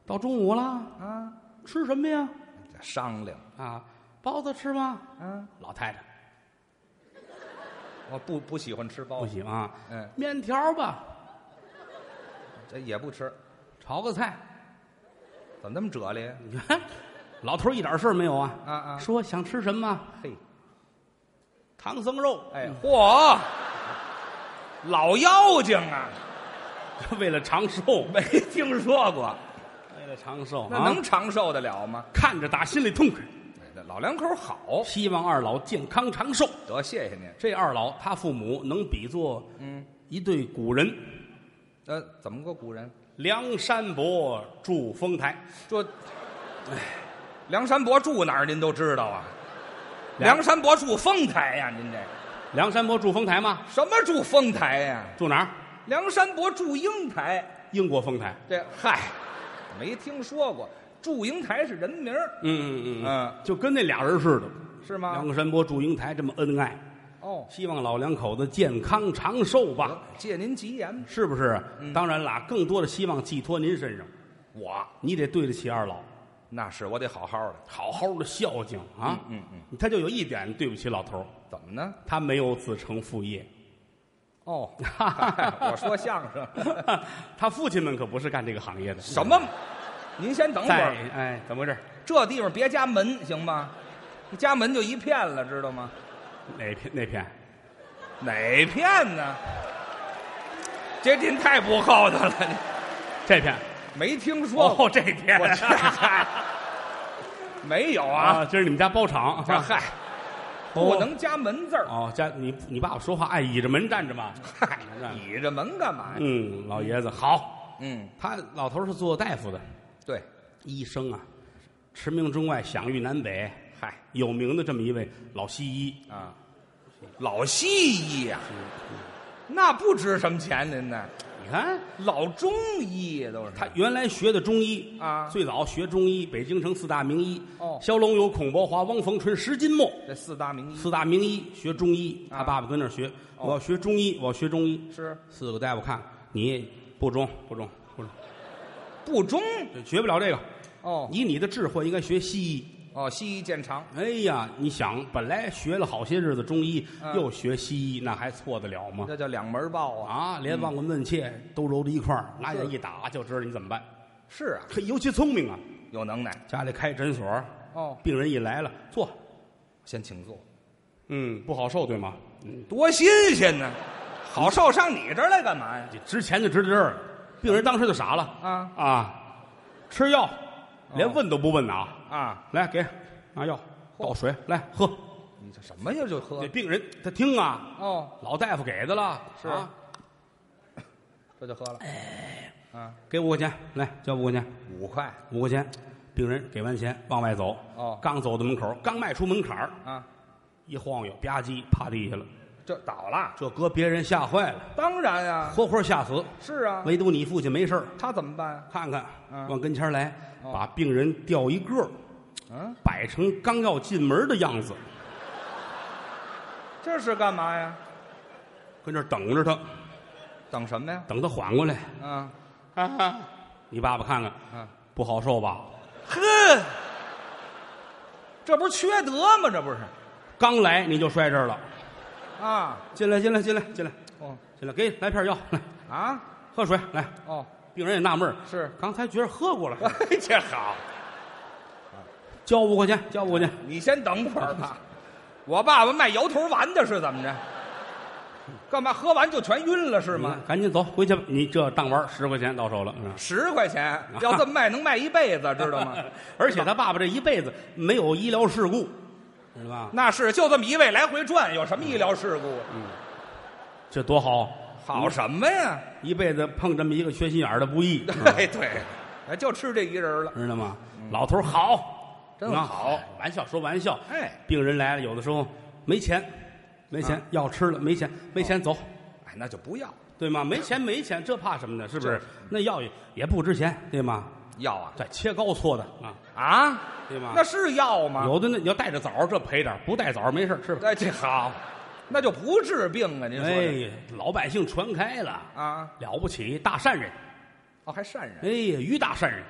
Speaker 4: 到中午了，
Speaker 5: 啊，
Speaker 4: 吃什么呀？
Speaker 5: 商量，
Speaker 4: 啊，包子吃吗？
Speaker 5: 啊，
Speaker 4: 老太太
Speaker 5: 我哦不不喜欢吃包
Speaker 4: 不
Speaker 5: 子，
Speaker 4: 行啊，
Speaker 5: 嗯，
Speaker 4: 面条吧，
Speaker 5: 这也不吃，
Speaker 4: 炒个 菜。
Speaker 5: 怎么那么哲理啊呀？
Speaker 4: 你看，老头儿一点事儿没有啊。
Speaker 5: 啊啊
Speaker 4: 说想吃什么？
Speaker 5: 嘿，
Speaker 4: 唐僧肉。
Speaker 5: 哎，嚯，老妖精啊，
Speaker 4: 为了长寿，
Speaker 5: 没听说过，
Speaker 4: 为了长寿，
Speaker 5: 那
Speaker 4: 啊
Speaker 5: 能长寿得了吗？
Speaker 4: 看着打心里痛快。
Speaker 5: 哎这老两口好，
Speaker 4: 希望二老健康长寿。
Speaker 5: 得谢谢您。
Speaker 4: 这二老他父母能比作
Speaker 5: 嗯，
Speaker 4: 一对古人，
Speaker 5: 呃，怎么个古人？
Speaker 4: 梁山伯祝丰台。
Speaker 5: 这，哎，梁山伯住哪儿您都知道啊？梁山伯住丰台呀、您这
Speaker 4: 梁山伯祝丰台吗？
Speaker 5: 什么住丰台呀、
Speaker 4: 住哪儿？
Speaker 5: 梁山伯祝英台，
Speaker 4: 英国丰台。
Speaker 5: 这嗨，没听说过。祝英台是人名儿
Speaker 4: 嗯嗯
Speaker 5: 嗯
Speaker 4: 就跟那俩人似的。
Speaker 5: 是吗？
Speaker 4: 梁山伯祝英台这么恩爱，
Speaker 5: 哦，
Speaker 4: 希望老两口子健康长寿
Speaker 5: 啊
Speaker 4: 吧。
Speaker 5: 借您吉言，
Speaker 4: 是不是？
Speaker 5: 嗯
Speaker 4: 当然啦，更多的希望寄托您身上，
Speaker 5: 我
Speaker 4: 你得对得起二老，
Speaker 5: 那是我得好好的。
Speaker 4: 好好的孝敬啊。
Speaker 5: 嗯嗯
Speaker 4: 他就有一点对不起老头儿，
Speaker 5: 怎么呢？
Speaker 4: 他没有子承父 业。
Speaker 5: 哦，嗨 我说相声
Speaker 4: 他父亲们可不是干这个行业的。
Speaker 5: 什么？您先等会
Speaker 4: 在
Speaker 5: 儿，
Speaker 4: 哎，怎么回事？
Speaker 5: 这地方别加门行吗？一加门就一片了，知道吗？
Speaker 4: 哪片哪片？
Speaker 5: 哪片呢？这您太不厚道了，您
Speaker 4: 这片？
Speaker 5: 没听说过、
Speaker 4: 哦，这片。
Speaker 5: 我这嗨没有啊？
Speaker 4: 啊，这是你们家包场。
Speaker 5: 这嗨，不能加门字儿，
Speaker 4: 哦，家你你爸爸说话爱倚着门站着嘛。
Speaker 5: 嗨，倚着门干嘛呀？
Speaker 4: 嗯，老爷子好。
Speaker 5: 哦嗯，
Speaker 4: 他老头儿是做大夫的，
Speaker 5: 对，
Speaker 4: 医生啊，驰名中外，享誉南北，
Speaker 5: 嗨
Speaker 4: 有名的这么一位老西医。
Speaker 5: 啊，老西医呀、那不值什么钱，您呢？
Speaker 4: 你看，
Speaker 5: 老中医都是
Speaker 4: 他原来学的中医
Speaker 5: 啊
Speaker 4: 最早学中医，北京城四大名医
Speaker 5: 哦
Speaker 4: 萧龙友、孔伯华、汪逢春、石金墨，
Speaker 5: 这四大名医
Speaker 4: 四大名医学中医。
Speaker 5: 啊哦
Speaker 4: 他爸爸跟那儿学，我要学中医，我要学中医。
Speaker 5: 是
Speaker 4: 四个大夫看你不中不中不中，
Speaker 5: 不中
Speaker 4: 这学不了这个。
Speaker 5: 哦
Speaker 4: 以你的智慧，应该学西医。
Speaker 5: 哦，西医见长
Speaker 4: 哎呀，你想，本来学了好些日子中医，
Speaker 5: 嗯
Speaker 4: 又学西医，那还错得了吗？
Speaker 5: 这叫两门报啊
Speaker 4: 啊，连望闻问切都揉在一块儿，拿眼一打就知道你怎么办。
Speaker 5: 是啊，
Speaker 4: 嘿，尤其聪明啊，
Speaker 5: 有能耐
Speaker 4: 家里开诊所，
Speaker 5: 哦，
Speaker 4: 病人一来了，坐，
Speaker 5: 先请坐，
Speaker 4: 嗯，不好受，对吗？嗯，
Speaker 5: 多新鲜呢！好受上你这儿来干嘛呀？
Speaker 4: 这值钱就值这儿，病人当时就傻了
Speaker 5: 啊哦
Speaker 4: 啊，吃药，连问都不问呐、啊，
Speaker 5: 啊，
Speaker 4: 来给拿药倒水来喝。
Speaker 5: 你这什么呀？就喝
Speaker 4: 这病人他听啊，
Speaker 5: 哦，
Speaker 4: 老大夫给的了，
Speaker 5: 是
Speaker 4: 啊，
Speaker 5: 这就喝了
Speaker 4: 给五块钱，来交五块钱，
Speaker 5: 五块
Speaker 4: 五块钱。病人给完钱往外走，
Speaker 5: 哦
Speaker 4: 刚走到门口，刚迈出门槛儿
Speaker 5: 啊，
Speaker 4: 一晃悠，吧唧趴地下了。
Speaker 5: 这倒了。
Speaker 4: 这搁别人吓坏了，
Speaker 5: 当然呀，
Speaker 4: 活活吓死。
Speaker 5: 是啊，
Speaker 4: 唯独你父亲没事儿，
Speaker 5: 他怎么办呀？
Speaker 4: 看看
Speaker 5: 嗯
Speaker 4: 往跟前儿来，
Speaker 5: 哦
Speaker 4: 把病人吊一个儿，
Speaker 5: 嗯，
Speaker 4: 摆成刚要进门的样子，
Speaker 5: 这是干嘛呀？
Speaker 4: 跟这儿等着他，
Speaker 5: 等什么呀？
Speaker 4: 等他缓过来。
Speaker 5: 啊，
Speaker 4: 你爸爸看看，
Speaker 5: 嗯，
Speaker 4: 不好受吧？
Speaker 5: 呵，这不是缺德吗？这不是
Speaker 4: 刚来你就摔这儿了，
Speaker 5: 啊？
Speaker 4: 进来，进来，进来，进来，
Speaker 5: 哦
Speaker 4: 进来，给来片药，来
Speaker 5: 啊
Speaker 4: 喝水，来。
Speaker 5: 哦，
Speaker 4: 病人也纳闷儿
Speaker 5: 是哎
Speaker 4: 刚才觉得喝过了，
Speaker 5: 这好， 哎
Speaker 4: 交五块钱，交五块钱。
Speaker 5: 你先等会儿 吧。我爸爸卖摇头丸的是怎么着？干嘛喝完就全晕了是
Speaker 4: 你
Speaker 5: 吗
Speaker 4: 看？赶紧走回去吧，你这当玩十块钱到手了。嗯
Speaker 5: 十块钱要这么卖，能卖一辈子，知道吗？
Speaker 4: 而且他爸爸这一辈子没有医疗事故，知道吧？
Speaker 5: 那是就这么一位来回转，有什么医疗事故？
Speaker 4: 这多好，
Speaker 5: 好什么呀？
Speaker 4: 一辈子碰这么一个缺心眼儿的不 易，
Speaker 5: 哎，对，哎就吃这一人了。
Speaker 4: 知道吗？老头儿好，
Speaker 5: 真
Speaker 4: 啊
Speaker 5: 好，
Speaker 4: 玩笑说玩笑。
Speaker 5: 哎，啊
Speaker 4: 病人来了，有的时候没钱，没钱药吃了，
Speaker 5: 哦
Speaker 4: 没钱没钱走，
Speaker 5: 哎，那就不要
Speaker 4: 对吗？没钱没钱，这怕什么呢？是不是
Speaker 5: 这？
Speaker 4: 那药也也不值钱，对吗？
Speaker 5: 药啊
Speaker 4: 再切糕搓的啊，
Speaker 5: 啊，
Speaker 4: 对吗？
Speaker 5: 那是药吗？
Speaker 4: 有的那你要带着枣儿，这赔点儿；不带枣儿没事儿吃吧。
Speaker 5: 哎，这好，那就不治病啊！您说这、
Speaker 4: 哎，老百姓传开了，
Speaker 5: 啊？
Speaker 4: 了不起，大善人。
Speaker 5: 哦，还善人，
Speaker 4: 哎呀，于大善人，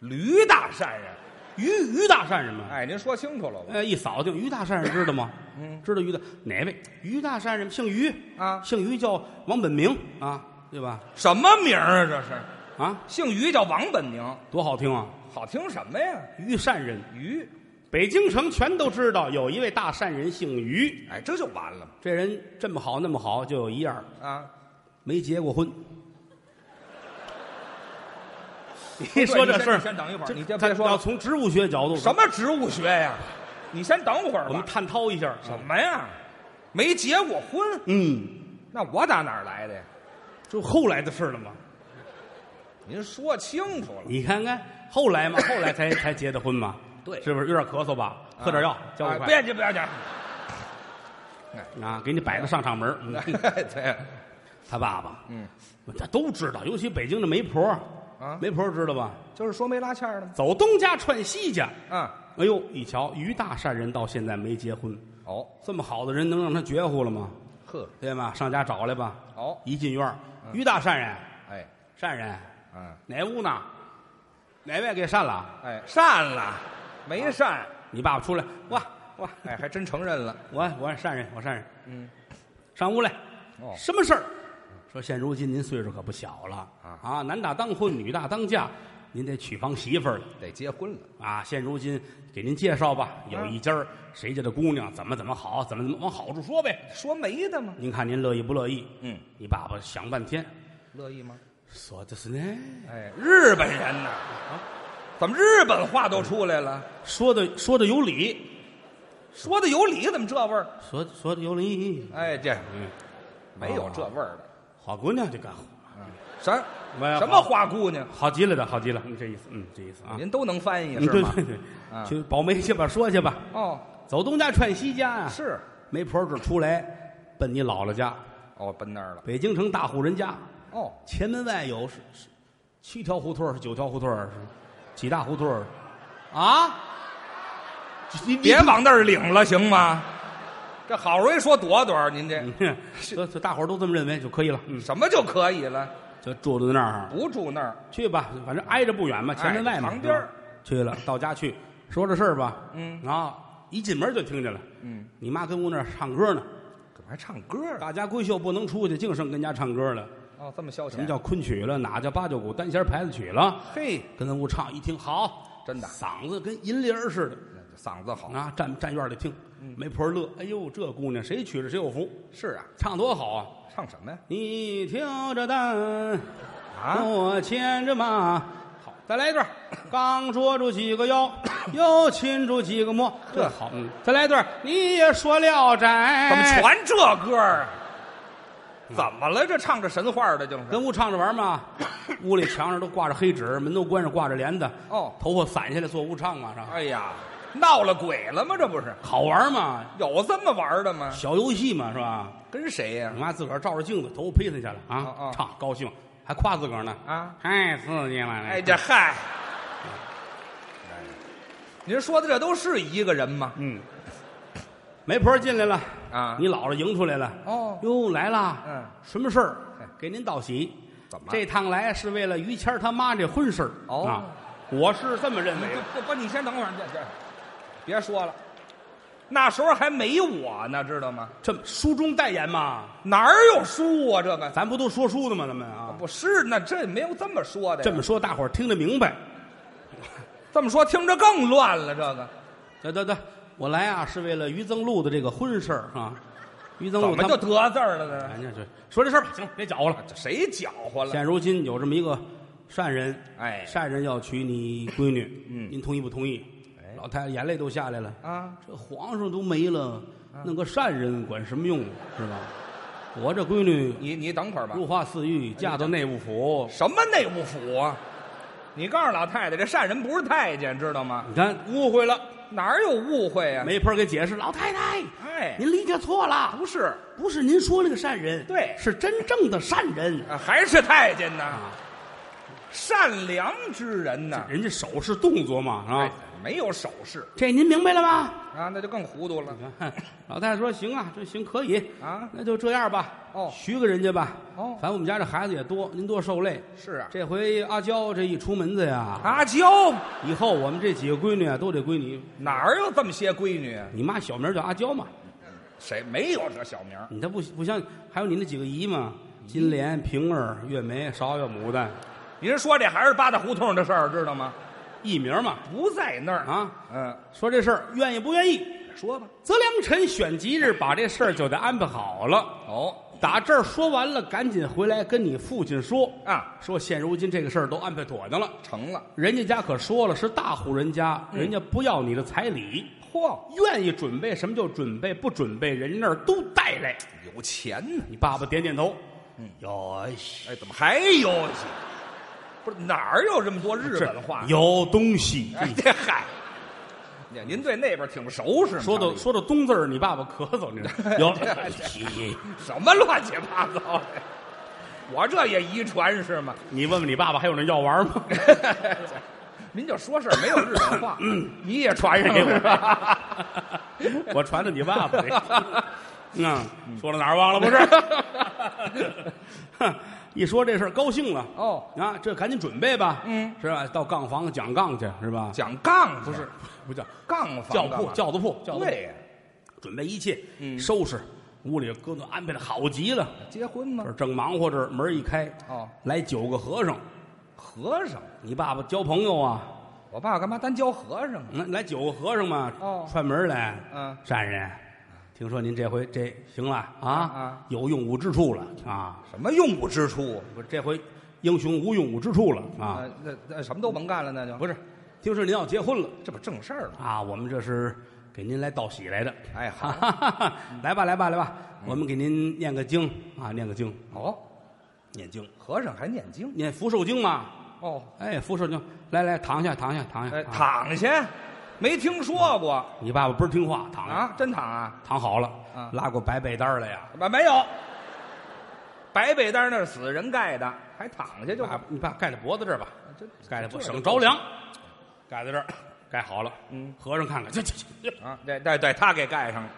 Speaker 5: 驴大善人。
Speaker 4: 于于大善人嘛。
Speaker 5: 哎，您说清楚了吧？
Speaker 4: 哎，一扫就于大善人知道吗？
Speaker 5: 嗯
Speaker 4: 知道于大哪位？于大善人姓于
Speaker 5: 啊
Speaker 4: 姓于叫王本明啊，对吧？
Speaker 5: 什么名儿啊？这是
Speaker 4: 啊，
Speaker 5: 姓于叫王本宁，
Speaker 4: 多好听啊！
Speaker 5: 好听什么呀？
Speaker 4: 于善人，
Speaker 5: 于，
Speaker 4: 北京城全都知道有一位大善人姓于，
Speaker 5: 哎，这就完了
Speaker 4: 这人这么好那么好，就有一样儿
Speaker 5: 啊！
Speaker 4: 没结过 婚。你说这事
Speaker 5: 你先
Speaker 4: 儿，
Speaker 5: 等一会儿，
Speaker 4: 这
Speaker 5: 你先
Speaker 4: 他
Speaker 5: 别说
Speaker 4: 要
Speaker 5: 了。
Speaker 4: 从植物学角度，
Speaker 5: 什么植物学呀？你先等会儿
Speaker 4: 我们
Speaker 5: 吧。
Speaker 4: 探讨一下啊。
Speaker 5: 什么呀？没结过婚，
Speaker 4: 嗯，
Speaker 5: 那我打哪儿来的呀？
Speaker 4: 就后来的事了嘛。
Speaker 5: 您说清楚了。
Speaker 4: 你看看后来嘛，后来才才结的婚嘛，
Speaker 5: 对
Speaker 4: 是不是有点咳嗽吧？喝点药，交五
Speaker 5: 哎
Speaker 4: 块，
Speaker 5: 别介，别介。
Speaker 4: 啊，给你摆个上场门儿。嗯
Speaker 5: 对，
Speaker 4: 他爸爸，
Speaker 5: 嗯，
Speaker 4: 他都知道，尤其北京的媒婆
Speaker 5: 啊
Speaker 4: 媒婆知道吧？
Speaker 5: 就是说没拉纤儿的吗？
Speaker 4: 走东家串西家，
Speaker 5: 啊，
Speaker 4: 哎呦，一瞧于大善人到现在没结婚，
Speaker 5: 哦，
Speaker 4: 这么好的人能让他绝户了吗？
Speaker 5: 呵，
Speaker 4: 对吗？上家找来吧。
Speaker 5: 哦，
Speaker 4: 一进院儿，于大善人，
Speaker 5: 哎，
Speaker 4: 善人
Speaker 5: 嗯，
Speaker 4: 哪屋呢？哪位给善了？
Speaker 5: 哎，善了，没善，
Speaker 4: 你爸爸出来，哇哇，
Speaker 5: 哎，还真承认了。
Speaker 4: 我我善人，我善人，
Speaker 5: 嗯，
Speaker 4: 上屋来。
Speaker 5: 哦
Speaker 4: 什么事儿？说现如今您岁数可不小了
Speaker 5: 啊
Speaker 4: 啊，男大当婚，女大当嫁，您得娶房媳妇儿了
Speaker 5: 得结婚了。
Speaker 4: 啊。现如今给您介绍吧，
Speaker 5: 啊
Speaker 4: 有一家儿谁家的姑娘怎么怎么好，怎么怎么往好处说呗。
Speaker 5: 说没的吗？
Speaker 4: 您看您乐意不乐意？
Speaker 5: 嗯，
Speaker 4: 你爸爸想半天，
Speaker 5: 乐意吗？
Speaker 4: 说的是呢，
Speaker 5: 哎，日本人呐，怎么日本话都出来了？
Speaker 4: 说的说的有理，
Speaker 5: 说的有理，怎么这味儿？
Speaker 4: 说说的有理。
Speaker 5: 哎，这
Speaker 4: 嗯，
Speaker 5: 没有这味儿的。
Speaker 4: 好姑娘就干活，
Speaker 5: 什
Speaker 4: 没有
Speaker 5: 什么花姑娘？
Speaker 4: 好极了的，好极了，嗯这意思，嗯，这意思啊。
Speaker 5: 您都能翻译
Speaker 4: 嗯，
Speaker 5: 是
Speaker 4: 对
Speaker 5: 吗？
Speaker 4: 对对
Speaker 5: 啊，
Speaker 4: 去保媒去吧，说去吧。
Speaker 5: 哦，
Speaker 4: 走东家串西家啊，
Speaker 5: 是
Speaker 4: 媒婆这出来，奔你姥姥家，
Speaker 5: 哦，奔那儿了。
Speaker 4: 北京城大户人家，
Speaker 5: 哦，
Speaker 4: 前门外有是是七条胡同儿，是九条胡同儿，是几大胡同儿？啊！你你
Speaker 5: 别往那儿领了，行吗？这好容易说躲躲，您这
Speaker 4: 嗯所以所以大伙儿 都这么认为就可以了。嗯，
Speaker 5: 什么就可以了？
Speaker 4: 就住在那儿
Speaker 5: 不住那儿，
Speaker 4: 去吧，反正挨着不远嘛，前门外嘛，
Speaker 5: 哎旁边儿
Speaker 4: 是吧去了，到家去说这事儿吧。
Speaker 5: 嗯
Speaker 4: 啊，一进门就听见了，
Speaker 5: 嗯，
Speaker 4: 你妈跟屋那儿唱歌呢，
Speaker 5: 怎么还唱歌啊？
Speaker 4: 大家闺秀不能出去，净剩跟家唱歌了。
Speaker 5: 哦，这么消遣？
Speaker 4: 什么叫昆曲了？哪叫八九鼓单弦牌子曲了？
Speaker 5: 嘿？
Speaker 4: 跟那屋唱，一听好，
Speaker 5: 真的哦
Speaker 4: 嗓子跟银铃儿似的
Speaker 5: 嗓子好
Speaker 4: 啊！站站院里听，
Speaker 5: 嗯
Speaker 4: 媒婆乐，哎呦，这姑娘谁娶了谁有福，
Speaker 5: 是啊，
Speaker 4: 唱多好啊！
Speaker 5: 唱什么呀？
Speaker 4: 你挑着担，
Speaker 5: 啊，
Speaker 4: 我牵着马。好，再来一段。刚捉住几个妖，又擒住几个魔。这好，嗯，再来一段。你也说聊斋，
Speaker 5: 怎么全这歌儿啊？
Speaker 4: 哎
Speaker 5: 怎么了？这唱着神话的就是
Speaker 4: 跟屋唱着玩嘛，屋里墙上都挂着黑纸，门都关上，挂着帘子。
Speaker 5: 哦
Speaker 4: 头发散下来做屋唱嘛，是吧？
Speaker 5: 哎呀，闹了鬼了吗？这不是
Speaker 4: 好玩嘛，
Speaker 5: 有这么玩的吗？
Speaker 4: 小游戏嘛，是吧？
Speaker 5: 跟谁呀
Speaker 4: 你、妈自个儿照着镜子，头发披散下来啊，
Speaker 5: 哦哦
Speaker 4: 唱高兴，还夸自个儿呢
Speaker 5: 啊！
Speaker 4: 太刺激了！
Speaker 5: 哎，这嗨，您说的这都是一个人吗？
Speaker 4: 嗯，媒婆进来了
Speaker 5: 啊
Speaker 4: 你姥姥迎出来了
Speaker 5: 哦
Speaker 4: 哟来了，
Speaker 5: 嗯，
Speaker 4: 什么事儿
Speaker 5: 嘿？
Speaker 4: 给您道喜，
Speaker 5: 怎么
Speaker 4: 这趟来是为了于谦儿他妈这婚事儿
Speaker 5: 哦
Speaker 4: 啊我是这么认为的。
Speaker 5: 不不，你先等会儿，这这别说了，那时候还没我呢，知道吗？
Speaker 4: 这么书中代言嘛，
Speaker 5: 哪儿有书啊？这个
Speaker 4: 咱不都说书的吗？咱们啊，
Speaker 5: 哦不是，那这没有这么说的呀。
Speaker 4: 这么说大伙儿听得明白。
Speaker 5: 这么说，听着更乱了。这个
Speaker 4: 得得得，我来啊是为了于增禄的这个婚事儿啊，于增
Speaker 5: 怎
Speaker 4: 禄
Speaker 5: 么
Speaker 4: 他
Speaker 5: 就得字儿了呢？
Speaker 4: 哎呀这说这事儿吧，行了，别搅和了。
Speaker 5: 这谁搅和了？
Speaker 4: 现如今有这么一个善人，
Speaker 5: 哎
Speaker 4: 善人要娶你闺女，
Speaker 5: 嗯
Speaker 4: 您同意不同意？
Speaker 5: 哎
Speaker 4: 老太太眼泪都下来了，
Speaker 5: 啊，
Speaker 4: 这皇上都没了，弄个善人管什么用是 吧？我这闺女
Speaker 5: 你你等会儿吧。
Speaker 4: 如花似玉，嫁到内务府，
Speaker 5: 什么内务府啊？你告诉老太太，这善人不是太监，知道吗？
Speaker 4: 你看
Speaker 5: 误会了，哪儿有误会啊呀、
Speaker 4: 媒婆给解释，老太太，
Speaker 5: 哎
Speaker 4: 您理解错了，
Speaker 5: 不是，
Speaker 4: 不是您说那个善人，
Speaker 5: 对
Speaker 4: 是真正的善人，
Speaker 5: 啊还是太监呢
Speaker 4: 啊？
Speaker 5: 善良之人呢？
Speaker 4: 人家手势动作嘛
Speaker 5: 哎
Speaker 4: 啊，，
Speaker 5: 没有首饰
Speaker 4: 这您明白了吗？
Speaker 5: 啊，那就更糊涂了。
Speaker 4: 嗯 老太太说：“行啊，这行可以
Speaker 5: 啊
Speaker 4: 那就这样吧。
Speaker 5: 哦
Speaker 4: 许给人家吧。
Speaker 5: 哦
Speaker 4: 反正我们家这孩子也多，您多受累。
Speaker 5: 是啊，
Speaker 4: 这回阿娇这一出门子呀，
Speaker 5: 阿娇
Speaker 4: 以后我们这几个闺女啊都得归你。
Speaker 5: 哪儿有这么些闺女？啊？
Speaker 4: 你妈小名叫阿娇嘛，
Speaker 5: 谁没有这小名儿？
Speaker 4: 你她不不相信？还有你那几个姨嘛，金莲、平儿、月梅、芍药、牡丹，
Speaker 5: 您说这还是八大胡同的事儿，知道吗？
Speaker 4: 艺名嘛
Speaker 5: 不在那儿。
Speaker 4: 啊。
Speaker 5: 嗯，
Speaker 4: 说这事儿愿意不愿意？
Speaker 5: 说吧。
Speaker 4: 择良辰选吉日，把这事儿就得安排好了。
Speaker 5: 哦
Speaker 4: 打这儿说完了，赶紧回来跟你父亲说。
Speaker 5: 啊，
Speaker 4: 说现如今这个事儿都安排妥当了，
Speaker 5: 成了。
Speaker 4: 人家家可说了是大户人家，人家不要你的彩礼，
Speaker 5: 嗯嚯，
Speaker 4: 愿意准备什么就准备，不准备人那儿都带来。
Speaker 5: 有钱呢！
Speaker 4: 你爸爸点点头，
Speaker 5: 嗯
Speaker 4: 有西
Speaker 5: 哎，怎么还有戏？不是哪儿有这么多日本话？
Speaker 4: 有东西。
Speaker 5: 哎，这嗨，您您对那边挺熟是吗？
Speaker 4: 说到说到东字儿，你爸爸咳嗽，你 知道吗有
Speaker 5: 什么乱七八糟的？我这也遗传是吗？
Speaker 4: 你问问你爸爸还有那药丸吗？
Speaker 5: 您就说事儿没有日本 话，你也传上了是吧？
Speaker 4: 我传的你爸爸 的。嗯，说到哪儿忘了不是？ 哼一说这事儿高兴了
Speaker 5: 哦
Speaker 4: 啊，这赶紧准备吧，
Speaker 5: 嗯，
Speaker 4: 是吧？到杠房讲杠去是吧？
Speaker 5: 讲杠不
Speaker 4: 不
Speaker 5: 是
Speaker 4: 是不叫
Speaker 5: 杠房
Speaker 4: 轿
Speaker 5: 干
Speaker 4: 铺
Speaker 5: 嘛
Speaker 4: 轿子铺轿子铺，
Speaker 5: 对嗯呀，
Speaker 4: 准备一切，收拾屋里搁那安排的好极了。
Speaker 5: 结婚吗
Speaker 4: 这儿？正忙活着，门一开，
Speaker 5: 嗯哦，
Speaker 4: 来九个和尚。
Speaker 5: 和尚，
Speaker 4: 你爸爸交朋友啊，
Speaker 5: 我爸干嘛单教和尚啊？
Speaker 4: 那来九个和尚嘛，
Speaker 5: 哦
Speaker 4: 串门来，
Speaker 5: 嗯
Speaker 4: 善人，听说您这回这行了啊
Speaker 5: 啊
Speaker 4: 有用武之处了啊，
Speaker 5: 什么用武之处
Speaker 4: 不是这回英雄无用武之处了
Speaker 5: 啊
Speaker 4: 啊，？
Speaker 5: 那那什么都甭干了，那就
Speaker 4: 不是，听说您要结婚了
Speaker 5: 这不正事儿吗？
Speaker 4: 啊，我们这是给您来道喜来的，
Speaker 5: 哎
Speaker 4: 哈
Speaker 5: 好嗯
Speaker 4: 哈哈哈，来吧来吧来吧，我们给您念个经啊，念个经，
Speaker 5: 哦，
Speaker 4: 念经，
Speaker 5: 和尚还念经
Speaker 4: 念福寿经嘛，
Speaker 5: 哦，
Speaker 4: 哎，福寿经，来来躺下躺下躺下，
Speaker 5: 哎，
Speaker 4: 啊，
Speaker 5: 躺下，没听说过
Speaker 4: 你爸爸倍儿听话，躺下
Speaker 5: 啊？真躺啊？
Speaker 4: 躺好了
Speaker 5: 啊，
Speaker 4: 拉过白被单儿来呀，
Speaker 5: 没没有，白被单那儿死人盖的，还躺下就啊
Speaker 4: 把你把盖在脖子这儿吧，盖在脖
Speaker 5: 这
Speaker 4: 省
Speaker 5: 就
Speaker 4: 着凉，盖在这儿，盖好了，
Speaker 5: 嗯
Speaker 4: 和尚看看，去去去。
Speaker 5: 啊，对对对，他给盖上了，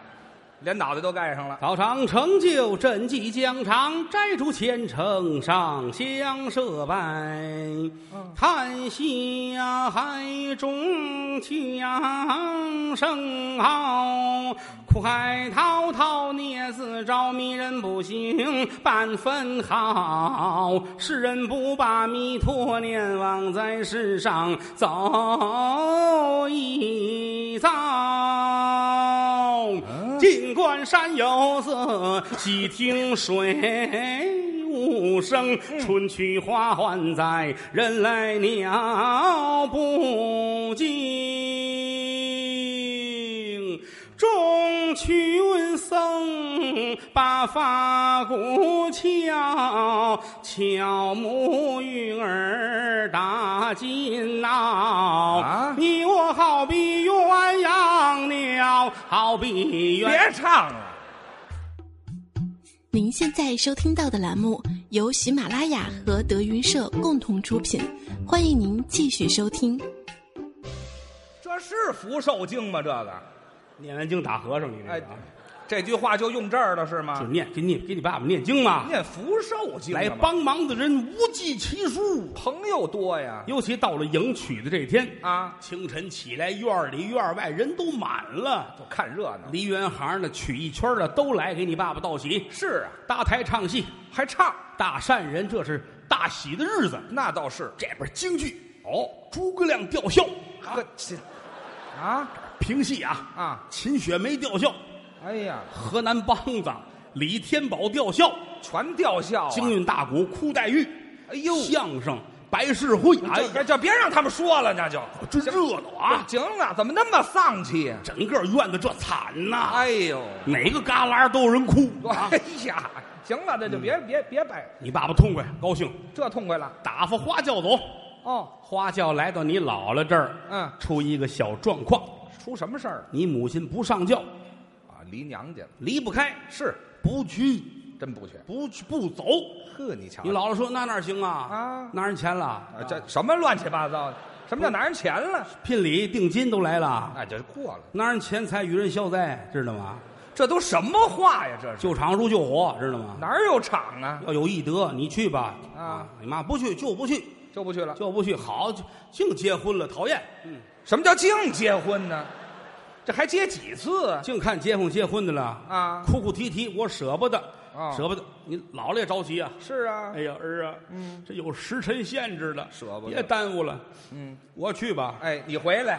Speaker 5: 连脑袋都盖上了。
Speaker 4: 早长成就赈济疆场，摘除虔诚上香设拜，叹息呀海中枪声号，苦海滔滔孽自招，迷人不醒半分好。世人不把弥陀念，枉在世上走一遭。近观嗯山有色，细听水无声。春去花还在，人来鸟不惊。众群僧把法鼓敲，敲木鱼儿打金闹。
Speaker 5: 啊
Speaker 4: 你我好比鸳鸯鸟，好比鸳鸯。
Speaker 5: 别唱了，
Speaker 6: 您现在收听到的栏目由喜马拉雅和德云社共同出品，欢迎您继续收听。
Speaker 5: 这是福寿经吗？这个，
Speaker 4: 念完经打和尚，你那
Speaker 5: 哎
Speaker 4: 个啊、，
Speaker 5: 这句话就用这儿了是吗
Speaker 4: 就？念给你给你爸爸念经嘛。
Speaker 5: 哎念福寿经啊
Speaker 4: 来
Speaker 5: 了吗
Speaker 4: 帮忙的人无计其数，
Speaker 5: 朋友多呀，
Speaker 4: 尤其到了迎娶的这天
Speaker 5: 啊
Speaker 4: 清晨起来，院儿里院儿外人都满了，
Speaker 5: 就看热闹。
Speaker 4: 梨园行的、曲艺圈的都来给你爸爸道喜，
Speaker 5: 是啊，
Speaker 4: 搭台唱戏，
Speaker 5: 还唱，
Speaker 4: 大善人这是大喜的日子。
Speaker 5: 那倒是。
Speaker 4: 这边京剧哦，诸葛亮吊孝，
Speaker 5: 呵，这啊
Speaker 4: 评戏啊，
Speaker 5: 啊，
Speaker 4: 秦雪梅吊孝，
Speaker 5: 哎呀，
Speaker 4: 河南梆子李天宝吊孝，
Speaker 5: 全掉笑啊！
Speaker 4: 京韵大鼓哭黛玉，
Speaker 5: 哎呦
Speaker 4: 相声白事会，哎
Speaker 5: 哎
Speaker 4: 呀，
Speaker 5: 呀，这别让他们说了，那就
Speaker 4: 真热闹啊！
Speaker 5: 行了，怎么那么丧气啊呀？
Speaker 4: 整个院子这惨呐、
Speaker 5: 哎呦，
Speaker 4: 哪个旮旯都有人哭啊
Speaker 5: 哎！呀，行了，这就别别别摆，
Speaker 4: 你爸爸痛快高兴，
Speaker 5: 这痛快了
Speaker 4: 打发花轿走。
Speaker 5: 哦。
Speaker 4: 花轿来到你姥姥这儿，
Speaker 5: 嗯
Speaker 4: 出一个小状况，
Speaker 5: 出什么事儿
Speaker 4: 你母亲不上轿，
Speaker 5: 啊？离娘家了，
Speaker 4: 离不开，
Speaker 5: 是
Speaker 4: 不去，
Speaker 5: 真不去。
Speaker 4: 不去不走。
Speaker 5: 呵，你瞧
Speaker 4: 你姥姥说：“那哪行啊？
Speaker 5: 啊
Speaker 4: 拿人钱了，
Speaker 5: 啊，这什么乱七八糟的？什么叫拿人钱了？
Speaker 4: 聘礼定金都来了，
Speaker 5: 哎，这过了，
Speaker 4: 拿人钱财与人消灾，知道吗？
Speaker 5: 这都什么话呀？这是
Speaker 4: 救场如救火，知道吗？
Speaker 5: 哪儿有场啊？
Speaker 4: 要有义德，你去吧。
Speaker 5: 啊
Speaker 4: 你妈不去就不去，
Speaker 5: 就不去了。
Speaker 4: 就不去。好，就净结婚了，讨厌。嗯，
Speaker 5: 什么叫净结婚呢？这还结几次啊？
Speaker 4: 净看街坊结婚的了
Speaker 5: 啊
Speaker 4: 哭哭啼啼，我舍不得，
Speaker 5: 啊
Speaker 4: 舍不得。你姥姥也着急啊。
Speaker 5: 是啊
Speaker 4: 哎，呀，儿啊，嗯，这有时辰限制的，
Speaker 5: 舍不得
Speaker 4: 别耽误了。
Speaker 5: 嗯，
Speaker 4: 我去吧，
Speaker 5: 哎，你回来，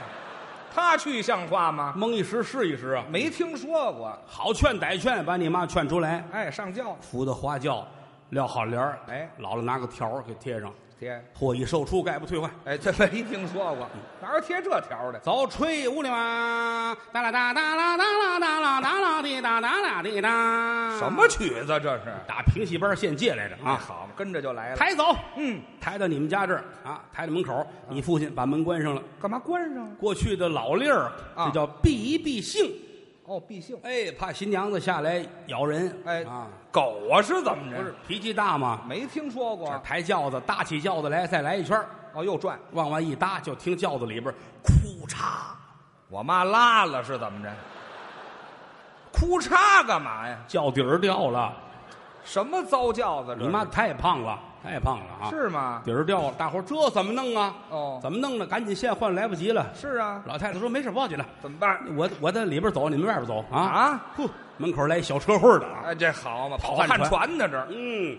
Speaker 5: 他去像话吗？
Speaker 4: 蒙一时是一时啊。
Speaker 5: 没听说过。
Speaker 4: 好劝歹劝，把你妈劝出来。
Speaker 5: 哎，上轿，
Speaker 4: 扶到花轿，撂好帘儿，
Speaker 5: 哎
Speaker 4: 姥姥拿个条儿给贴上，
Speaker 5: 贴，
Speaker 4: 货已售出，概不退还。
Speaker 5: 哎，这没听说过，哪有贴这条的？
Speaker 4: 早吹屋里哇，哒啦哒哒啦哒啦哒啦哒啦滴哒哒啦滴哒。
Speaker 5: 什么曲子这是？
Speaker 4: 打评戏班现借来着
Speaker 5: 哎
Speaker 4: 啊！
Speaker 5: 好嘛，跟着就来了。
Speaker 4: 抬走，
Speaker 5: 嗯，
Speaker 4: 抬到你们家这儿啊，抬到门口，你父亲把门关上了。
Speaker 5: 干嘛关上了？
Speaker 4: 过去的老例儿，
Speaker 5: 啊
Speaker 4: 这叫避一避性，
Speaker 5: 哦，必姓。
Speaker 4: 哎，怕新娘子下来咬人。
Speaker 5: 哎
Speaker 4: 啊，
Speaker 5: 狗啊是怎么
Speaker 4: 不是
Speaker 5: 着？
Speaker 4: 脾气大嘛，
Speaker 5: 没听说
Speaker 4: 这
Speaker 5: 过。
Speaker 4: 抬轿子搭起轿子来，再来一圈儿
Speaker 5: 啊哦，又转。
Speaker 4: 往外一搭，就听轿子里边儿哭嚓，
Speaker 5: 我妈拉了是怎么着？哭嚓干嘛呀？
Speaker 4: 轿底儿掉了。
Speaker 5: 什么糟轿子这是？
Speaker 4: 你妈太胖了，太胖了啊！
Speaker 5: 是吗？
Speaker 4: 底儿掉了，大伙儿这怎么弄啊？
Speaker 5: 哦
Speaker 4: 怎么弄呢？赶紧现换，来不及了。
Speaker 5: 是啊，
Speaker 4: 老太太说没事，不要紧了，
Speaker 5: 怎么办？
Speaker 4: 我我在里边走，你们外边走啊
Speaker 5: 啊！
Speaker 4: 呼，门口来一小车会儿的啊，
Speaker 5: 哎，这好嘛，
Speaker 4: 跑
Speaker 5: 跑
Speaker 4: 旱
Speaker 5: 旱
Speaker 4: 船
Speaker 5: 船呢这儿
Speaker 4: 嗯，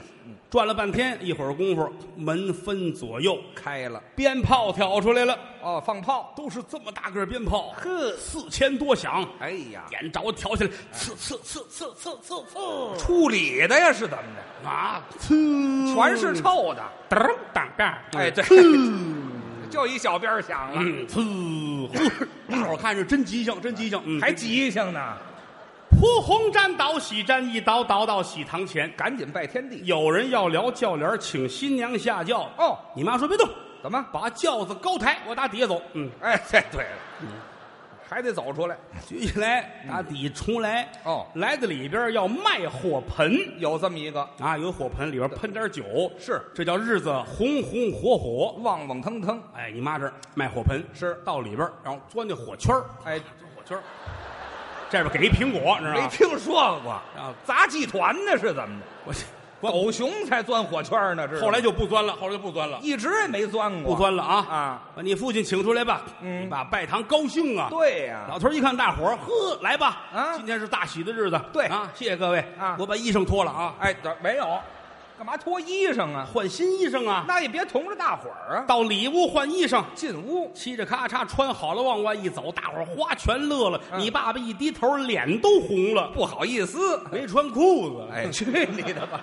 Speaker 4: 转了半天，一会儿功夫，门分左右，
Speaker 5: 开了。
Speaker 4: 鞭炮挑出来了，
Speaker 5: 哦，放炮。
Speaker 4: 都是这么大个儿鞭炮，呵，四千多响，
Speaker 5: 哎呀，
Speaker 4: 点着挑起来，刺刺刺刺刺刺刺，
Speaker 5: 处理的呀是怎么着？
Speaker 4: 啊，呲
Speaker 5: 全是臭的。
Speaker 4: 噔儿当当儿，
Speaker 5: 哎，对，就一小鞭儿响了，
Speaker 4: 嗯，呲，呼 大伙儿看着真吉祥，真吉祥，嗯
Speaker 5: 还吉祥呢，
Speaker 4: 铺红毡倒喜毡，一倒倒到喜堂前。
Speaker 5: 赶紧拜天地。
Speaker 4: 有人要聊轿帘儿，请新娘下轿。
Speaker 5: 哦，
Speaker 4: 你妈说别动，
Speaker 5: 怎么？
Speaker 4: 把轿子高抬，我打底下走。嗯，
Speaker 5: 哎，这对了，还得走出来。
Speaker 4: 举起来，打底出来，
Speaker 5: 哦
Speaker 4: 来到里边要卖火盆
Speaker 5: 有这么一个，
Speaker 4: 啊，有火盆里边喷点酒，
Speaker 5: 是
Speaker 4: 这叫日子红红火火。
Speaker 5: 旺旺腾腾，
Speaker 4: 哎，你妈这儿卖火盆
Speaker 5: 是
Speaker 4: 到里边，然后钻那火圈儿
Speaker 5: 哎，
Speaker 4: 火圈儿这边给一苹果，你知道
Speaker 5: 没
Speaker 4: 吗？
Speaker 5: 听说过
Speaker 4: 啊
Speaker 5: 杂技团呢是怎么的？
Speaker 4: 我去，我
Speaker 5: 狗熊才钻火圈呢，这
Speaker 4: 后来就不钻了，后来就不钻了，
Speaker 5: 一直也没钻过，
Speaker 4: 不钻了啊
Speaker 5: 啊！
Speaker 4: 把你父亲请出来吧，嗯，把拜堂高兴啊，
Speaker 5: 对呀、
Speaker 4: 老头儿一看大伙儿，呵，来吧，
Speaker 5: 啊
Speaker 4: 今天是大喜的日子，
Speaker 5: 对
Speaker 4: 啊，谢谢各位
Speaker 5: 啊
Speaker 4: 我把衣裳脱了啊，
Speaker 5: 哎，等没有，干嘛脱衣裳啊？
Speaker 4: 换新衣裳啊，
Speaker 5: 那也别同着大伙儿啊，
Speaker 4: 到里屋换衣裳，
Speaker 5: 进屋
Speaker 4: 嘁哧咔嚓穿好了，往外一走，大伙儿哗全乐了，你爸爸一低头，脸都红了，
Speaker 5: 不好意思，
Speaker 4: 没穿裤子，
Speaker 5: 哎，去你的吧！